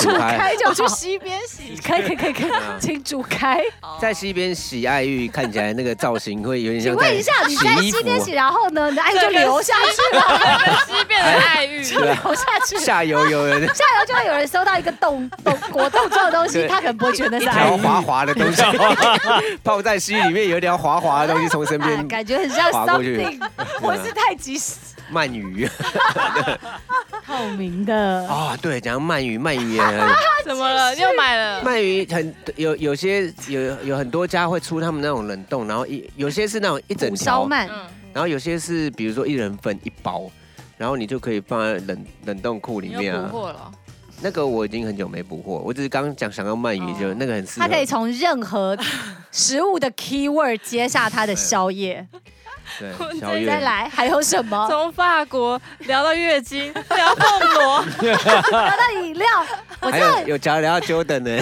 [SPEAKER 1] 煮开，
[SPEAKER 2] 就去溪边洗，
[SPEAKER 3] 可以可以可以可以，
[SPEAKER 1] 嗯
[SPEAKER 3] 请煮开。
[SPEAKER 2] 哦
[SPEAKER 1] 在西边洗爱玉看起来那个造型会有点
[SPEAKER 3] 请
[SPEAKER 1] 像
[SPEAKER 3] 问
[SPEAKER 1] 在
[SPEAKER 3] 一下，你在
[SPEAKER 1] 洗衣
[SPEAKER 3] 西边洗，
[SPEAKER 1] 服，
[SPEAKER 3] 然后呢，你的爱就流下去了，
[SPEAKER 4] 西变成爱玉，
[SPEAKER 1] 对啊，
[SPEAKER 3] 流下去，下
[SPEAKER 1] 下游游的
[SPEAKER 3] 游就会有人收到一个冻冻果冻状的东西，
[SPEAKER 1] 对
[SPEAKER 3] 他可能不会觉得
[SPEAKER 1] 一
[SPEAKER 3] 是爱
[SPEAKER 1] 条
[SPEAKER 3] 玉，
[SPEAKER 1] 滑滑的东 西，泡在溪里面有一条滑滑的东西从身
[SPEAKER 3] 啊
[SPEAKER 1] 边
[SPEAKER 3] 感觉很像
[SPEAKER 1] 划过去
[SPEAKER 3] something，我是太极
[SPEAKER 1] 鳗鱼
[SPEAKER 3] 透明的，
[SPEAKER 1] 啊，对，讲鳗鱼，鳗鱼也很
[SPEAKER 4] 怎么了？你又买 了？
[SPEAKER 1] 鳗鱼很有有些有有很多家会出他们那种冷冻，然后一有些是那种一整
[SPEAKER 3] 五烧
[SPEAKER 1] 条，
[SPEAKER 3] 鳗。
[SPEAKER 4] 嗯，
[SPEAKER 1] 然后有些是比如说一人份一包，然后你就可以放在冷冷冻库里
[SPEAKER 4] 你
[SPEAKER 1] 面
[SPEAKER 4] 又
[SPEAKER 1] 啊
[SPEAKER 4] 捕。获了
[SPEAKER 1] 那个我已经很久没捕获，我只是刚刚讲想到鳗鱼，就
[SPEAKER 4] 哦
[SPEAKER 1] 那个很适
[SPEAKER 3] 它
[SPEAKER 1] 合。
[SPEAKER 3] 可以从任何食物的 keyword 接下它的宵夜，
[SPEAKER 1] 对， 小
[SPEAKER 3] 哦再
[SPEAKER 1] 月
[SPEAKER 3] 来还有什
[SPEAKER 4] 哦，
[SPEAKER 3] 么？
[SPEAKER 4] 从法国聊到 月经，聊凤螺，
[SPEAKER 3] 聊到饮料，我
[SPEAKER 1] 还
[SPEAKER 3] 知道
[SPEAKER 1] 有有聊聊 Jordan 呢，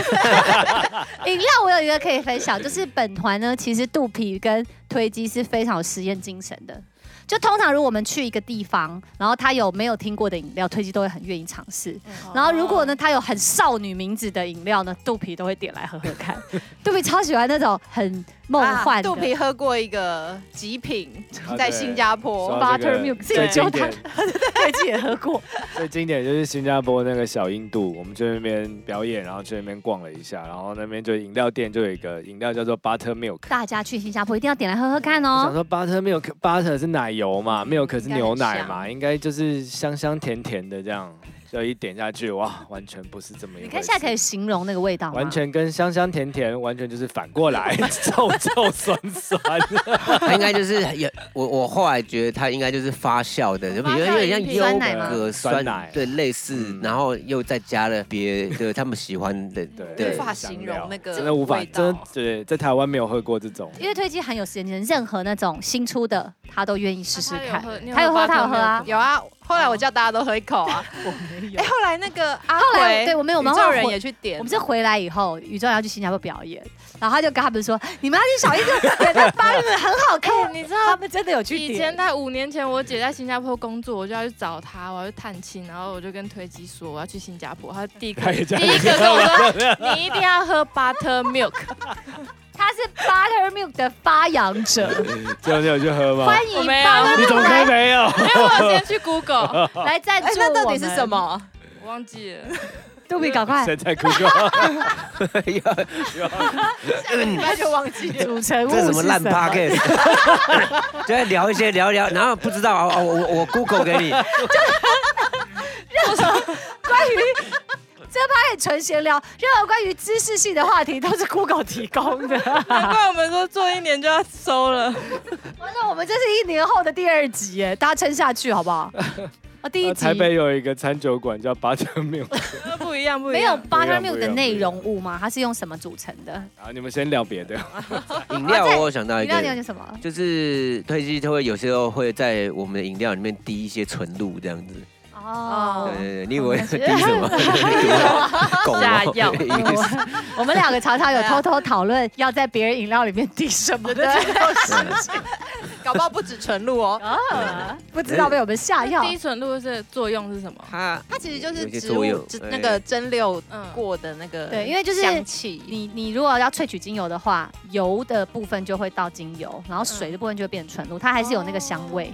[SPEAKER 3] 饮料我有一个可以分享，就是本团呢，其实肚皮跟推机是非常有实验精神的。就通常如果我们去一个地方，然后他有没有听过的饮料，推机都会很愿意尝试。 然后如果呢，他有很少女名字的饮料呢，肚皮都会点来喝喝看。肚皮超喜欢那种很梦幻的、
[SPEAKER 2] 啊肚皮喝过一个极品
[SPEAKER 6] 啊，
[SPEAKER 2] 在
[SPEAKER 6] 对
[SPEAKER 2] 新加
[SPEAKER 6] 说
[SPEAKER 2] 坡。
[SPEAKER 6] 到这个
[SPEAKER 3] Buttermilk，
[SPEAKER 6] 最经典
[SPEAKER 3] 自，推机也喝过。
[SPEAKER 6] 最经典就是新加坡那个小印度，我们去那边表演，然后去那边逛了一下，然后那边就饮料店就有一个饮料叫做 Buttermilk。
[SPEAKER 3] 大家去新加坡一定要点来喝喝看
[SPEAKER 6] 我想
[SPEAKER 3] 哦。
[SPEAKER 6] 说 butter milk butter 是奶油嘛，milk 是
[SPEAKER 4] 应该很
[SPEAKER 6] 牛奶嘛，应该就是香香甜甜的这样，就一点下去，哇，完全不是这么一回事。
[SPEAKER 3] 你看现在可以形容那个味道吗？
[SPEAKER 6] 完全跟香香甜甜完全就是反过来， 臭臭酸酸。
[SPEAKER 1] 他应该就是有我我后来觉得他应该就是发酵的，有
[SPEAKER 3] 哦
[SPEAKER 4] 发酵
[SPEAKER 1] 有点像
[SPEAKER 4] 饮品
[SPEAKER 1] 优
[SPEAKER 3] 酸奶吗
[SPEAKER 1] 格
[SPEAKER 6] 酸奶
[SPEAKER 1] 对类似
[SPEAKER 6] 嗯，
[SPEAKER 1] 然后又再加了别的他们喜欢 的
[SPEAKER 6] 对，
[SPEAKER 1] 对
[SPEAKER 2] 无法形容那个
[SPEAKER 6] 真的无法，
[SPEAKER 2] 味道
[SPEAKER 6] 真的对，在台湾没有喝过这种。
[SPEAKER 3] 因为推机很有时间精神，任何那种新出的他都愿意试试看。
[SPEAKER 4] 看
[SPEAKER 3] 啊他有喝他有喝啊
[SPEAKER 2] 有啊，后来我叫大家都喝一口 啊。哎，后来那个阿
[SPEAKER 3] 后来
[SPEAKER 2] 奎，
[SPEAKER 3] 对我们我们
[SPEAKER 2] 宇
[SPEAKER 3] 后
[SPEAKER 2] 宙
[SPEAKER 3] 来
[SPEAKER 2] 人
[SPEAKER 3] 回
[SPEAKER 2] 也去点，
[SPEAKER 3] 我们是回来以后，宇宙人要去新加坡表演，然后他就跟他们说：“你们要去小一个点的吧，你们很好
[SPEAKER 2] 哦
[SPEAKER 3] 看。
[SPEAKER 4] 你知
[SPEAKER 3] 他
[SPEAKER 4] 道？
[SPEAKER 3] 们真的有去
[SPEAKER 4] 以前
[SPEAKER 3] 点，
[SPEAKER 4] 在五年前，我姐在新加坡工作，我就要去找她，我要去探亲，然后我就跟推机说我要去新加坡，她第一 个
[SPEAKER 6] 他也这
[SPEAKER 4] 第
[SPEAKER 6] 样
[SPEAKER 4] 一个跟我说你一定要喝 butter milk，
[SPEAKER 3] 他是 Buttermilk 的发扬者，
[SPEAKER 6] 就你有去喝吗？
[SPEAKER 3] 欢迎
[SPEAKER 4] 我没有
[SPEAKER 6] 你
[SPEAKER 3] Buttermilk
[SPEAKER 6] 怎么啊可以没有？
[SPEAKER 4] 因为我有先去 Google，
[SPEAKER 3] 来赞
[SPEAKER 2] 哎，
[SPEAKER 3] 助
[SPEAKER 2] 那到
[SPEAKER 3] 我
[SPEAKER 2] 底是
[SPEAKER 3] 们
[SPEAKER 2] 什？么？
[SPEAKER 4] 我忘记了，
[SPEAKER 3] 杜比，赶快
[SPEAKER 6] 现在哭过，
[SPEAKER 2] 那就忘记了。
[SPEAKER 3] 组成物
[SPEAKER 1] 这
[SPEAKER 3] 是
[SPEAKER 1] 什么烂 p o c
[SPEAKER 3] 么
[SPEAKER 1] a s t 就在聊一些聊一聊，然后不知道哦，我我我 Google 给你，
[SPEAKER 3] 对，纯闲聊，任何关于知识性的话题都是 Google 提供的。
[SPEAKER 4] 难怪我们说做一年就要收了。
[SPEAKER 3] 完了，我们这是一年后的第二集耶，大家撑下去好不好？哦，第一
[SPEAKER 6] 呃
[SPEAKER 3] 集
[SPEAKER 6] 台北有一个餐酒馆叫八角 面，
[SPEAKER 4] 不一样，不一
[SPEAKER 3] 没有
[SPEAKER 4] 样。
[SPEAKER 3] butter milk
[SPEAKER 6] 不一样
[SPEAKER 3] 的内容物吗？它是用什么组成的？
[SPEAKER 6] 啊，你们先聊别的。
[SPEAKER 1] 饮料我有想到
[SPEAKER 3] 你
[SPEAKER 1] 一
[SPEAKER 3] 料理
[SPEAKER 1] 个，
[SPEAKER 3] 有什么？
[SPEAKER 1] 就是推机它会有时候会在我们的饮料里面滴一些纯露这样子。
[SPEAKER 3] 哦
[SPEAKER 2] 哦，
[SPEAKER 1] 对对对，你以为
[SPEAKER 3] 好
[SPEAKER 1] 滴
[SPEAKER 3] 像是
[SPEAKER 1] 什么？毒啊 狗
[SPEAKER 4] 下
[SPEAKER 6] 哦
[SPEAKER 1] 啊
[SPEAKER 4] 药
[SPEAKER 1] 一个是
[SPEAKER 3] 我们两个常常有偷偷讨论要在别人饮料里面滴什么的，
[SPEAKER 2] 搞不好不止纯露哦，
[SPEAKER 3] 啊 不知道被我们下啊药。
[SPEAKER 4] 低纯度是作用是什么？
[SPEAKER 1] 它
[SPEAKER 2] 它其实就
[SPEAKER 1] 有
[SPEAKER 2] 是
[SPEAKER 1] 一些
[SPEAKER 2] 植
[SPEAKER 1] 作
[SPEAKER 2] 物
[SPEAKER 1] 用
[SPEAKER 2] 植
[SPEAKER 1] 对
[SPEAKER 2] 那个蒸馏
[SPEAKER 4] 嗯，
[SPEAKER 2] 过的那个
[SPEAKER 3] 对因为就是
[SPEAKER 2] 香气，
[SPEAKER 3] 你你如果要萃取精油的话，油的部分就会倒精油，然后水的部分就会变纯露，它还是有那个香味，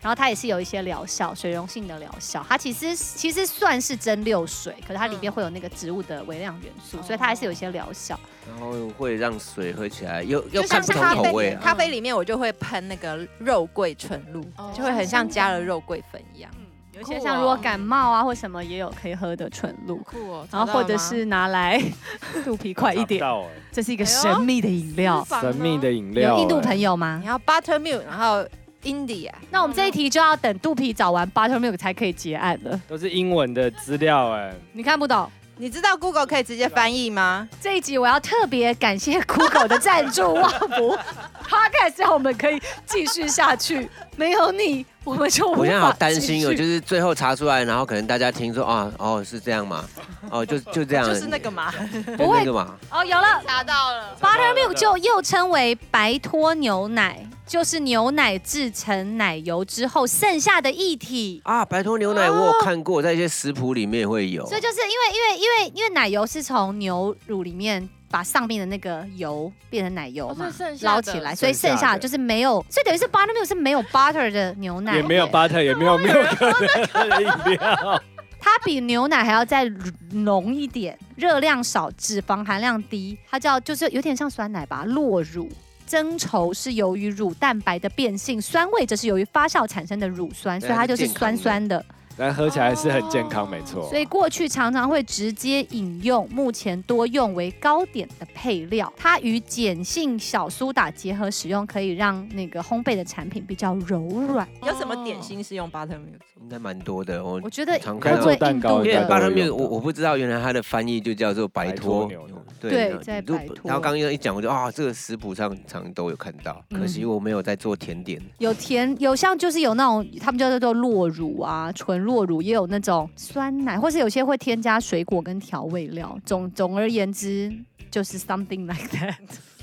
[SPEAKER 3] 然后它也是有一些疗效，水溶性的疗效。它其实其实算是蒸馏水，可是它里面会有那个植物的微量元素，所以它还是有一些疗效。
[SPEAKER 1] 然后会让水喝起来又又
[SPEAKER 2] 就
[SPEAKER 1] 看
[SPEAKER 2] 像
[SPEAKER 1] 不同
[SPEAKER 2] 咖
[SPEAKER 1] 口味
[SPEAKER 2] 啡
[SPEAKER 1] 啊。
[SPEAKER 2] 咖啡里面我就会喷那个肉桂纯露
[SPEAKER 4] 哦，
[SPEAKER 2] 就会很像加了肉桂粉一样。
[SPEAKER 3] 有
[SPEAKER 4] 一
[SPEAKER 3] 一
[SPEAKER 4] 些
[SPEAKER 3] 些
[SPEAKER 4] 像
[SPEAKER 3] 像
[SPEAKER 4] 如
[SPEAKER 3] 如
[SPEAKER 4] 果
[SPEAKER 3] 果
[SPEAKER 4] 感
[SPEAKER 3] 感冒啊或什么也有可以喝的纯露，
[SPEAKER 4] 酷哦。
[SPEAKER 3] 然后或者是拿来 肚皮快一点。
[SPEAKER 6] 找不到
[SPEAKER 3] 这是一个神秘的饮料，
[SPEAKER 6] 哎神秘的饮料，
[SPEAKER 3] 有哎印度
[SPEAKER 6] 哎
[SPEAKER 3] 朋友吗
[SPEAKER 2] 你？要 buttermilk，然后 India，
[SPEAKER 3] 那我们这一题就要等肚皮找完 buttermilk 才可以结案了。
[SPEAKER 6] 都是英文的资料哎。
[SPEAKER 3] 你看不懂。
[SPEAKER 2] 你知道 Google 可以直接翻译吗？
[SPEAKER 3] 这一集我要特别感谢 Google 的赞助， 旺福 Podcast 让我们可以继续下去。 没有你，我们就无法
[SPEAKER 1] 我现在好担心哦，
[SPEAKER 3] 继续
[SPEAKER 1] 就是最后查出来，然后可能大家听说啊，哦是这样嘛，哦就就这样，
[SPEAKER 2] 就是那个嘛，
[SPEAKER 1] 就
[SPEAKER 3] 不会
[SPEAKER 1] 那个嘛，
[SPEAKER 3] 哦，有了
[SPEAKER 4] 查到了，
[SPEAKER 3] Buttermilk 就又称为白脱牛奶，就是牛奶制成奶油之后剩下的液体。
[SPEAKER 1] 啊，白脱牛奶我有看过，在一些食谱里面也会有
[SPEAKER 4] 哦
[SPEAKER 3] 所以。就是因为因为因为因为奶油是从牛乳里面把上面的那个油变成奶油
[SPEAKER 4] 哦所以
[SPEAKER 3] 嘛
[SPEAKER 4] 剩，下的
[SPEAKER 3] 捞起来，所以
[SPEAKER 6] 剩下
[SPEAKER 3] 剩
[SPEAKER 6] 的
[SPEAKER 3] 下的就是没有，所以等于是 Buttermilk 是没有 butter 的牛奶，
[SPEAKER 6] 也没有 butter，也 没有 milk 的饮
[SPEAKER 3] 哦
[SPEAKER 6] 料。
[SPEAKER 3] 它比牛奶还要再浓一点，热量少，脂肪含量低，它叫就是有点像酸奶吧，落乳。增稠是由于乳蛋白的变性，酸味则是由于发酵产生的乳酸，所以它就是酸酸的。
[SPEAKER 6] 但喝起来是很健康，没错。
[SPEAKER 3] 所以过去常常会直接饮用，目前多用为糕点的配料。它与碱性小苏打结合使用，可以让那个烘焙的产品比较柔软。
[SPEAKER 2] 有什么点
[SPEAKER 3] 哦
[SPEAKER 2] 心是用 buttermilk？
[SPEAKER 1] 应该蛮多的，我
[SPEAKER 3] 我觉得
[SPEAKER 1] 常
[SPEAKER 3] 会
[SPEAKER 1] 看
[SPEAKER 3] 不
[SPEAKER 1] 到
[SPEAKER 3] 会
[SPEAKER 6] 做蛋
[SPEAKER 3] 印
[SPEAKER 6] 糕
[SPEAKER 3] 度
[SPEAKER 1] 因为
[SPEAKER 6] 应该都
[SPEAKER 3] 的
[SPEAKER 6] 会
[SPEAKER 1] butter
[SPEAKER 6] 用
[SPEAKER 1] milk，
[SPEAKER 6] 到
[SPEAKER 1] 我我不知道原来它的翻译就叫做白脱
[SPEAKER 6] 白脱牛奶
[SPEAKER 3] 对在摆脱
[SPEAKER 1] 然后刚刚一讲，我就啊，这个食谱上常都有看到，
[SPEAKER 3] 嗯
[SPEAKER 1] 可惜我没有在做甜点。
[SPEAKER 3] 有甜有像就是有那种他们叫做落乳啊，纯落乳，也有那种酸奶，或是有些会添加水果跟调味料。总总而言之，就是 something like that。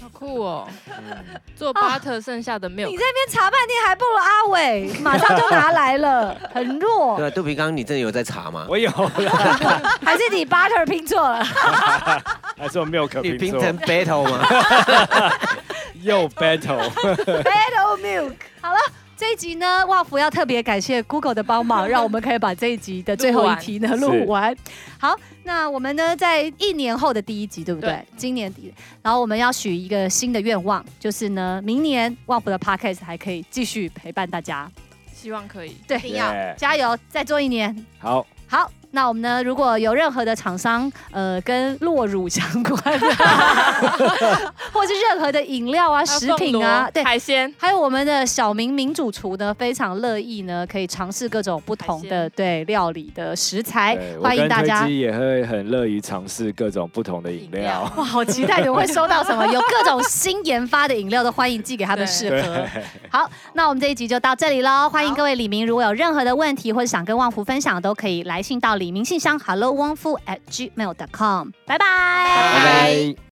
[SPEAKER 4] 好酷哦。
[SPEAKER 6] 嗯
[SPEAKER 4] 做
[SPEAKER 3] 啊
[SPEAKER 4] butter 剩下的 milk，
[SPEAKER 3] 你在那边查半天，还不如阿伟，马上就拿来了，很弱
[SPEAKER 1] 对。啊，杜平，刚刚你真的有在查吗？
[SPEAKER 6] 我有啦，
[SPEAKER 3] 还是你 butter 拼错了，
[SPEAKER 6] 还是我 milk
[SPEAKER 1] 你
[SPEAKER 6] 拼
[SPEAKER 1] 拼
[SPEAKER 6] 错，
[SPEAKER 1] 成 battle 吗？
[SPEAKER 6] 又 battle。
[SPEAKER 3] battle milk。好了。这一集呢，旺福要特别感谢 Google 的帮 忙，让我们可以把这一集的最后一题呢
[SPEAKER 6] 录
[SPEAKER 3] 录
[SPEAKER 6] 完
[SPEAKER 3] 完好，那我们呢，在一年后的第一集，对不对？
[SPEAKER 4] 对
[SPEAKER 3] 今年底，然后我们要许一个新的愿望，就是呢，明年旺福的 podcast 还可以继续陪伴大家，
[SPEAKER 4] 希望可以。
[SPEAKER 3] 对，
[SPEAKER 6] 耶
[SPEAKER 3] 加油，再做一年，
[SPEAKER 6] 好，
[SPEAKER 3] 好，那我们呢，如果有任何的厂商，呃，跟落乳相关 的或是任何的饮料啊、
[SPEAKER 4] 还有
[SPEAKER 3] 食品啊，
[SPEAKER 4] 凤
[SPEAKER 3] 对
[SPEAKER 4] 梨。海鲜，
[SPEAKER 3] 还有我们的小明明主厨呢，非常乐意呢，可以尝试各种不同
[SPEAKER 4] 海
[SPEAKER 3] 的
[SPEAKER 4] 鲜
[SPEAKER 3] 对料理的食材
[SPEAKER 6] 对，我
[SPEAKER 3] 欢迎
[SPEAKER 6] 跟
[SPEAKER 3] 大家
[SPEAKER 6] 推。机也会很乐于尝试各种不同的饮料。
[SPEAKER 3] 哇，好期待你们会收到什 么？有各种新研发的饮料都欢迎寄给他们试喝。 好，那我们这一集就到这里喽。欢迎各位李明，如果有任何的问题或者想跟旺福分享，都可以来信到李明信箱 hello 旺福 at gmail dot com。拜拜
[SPEAKER 1] 拜拜。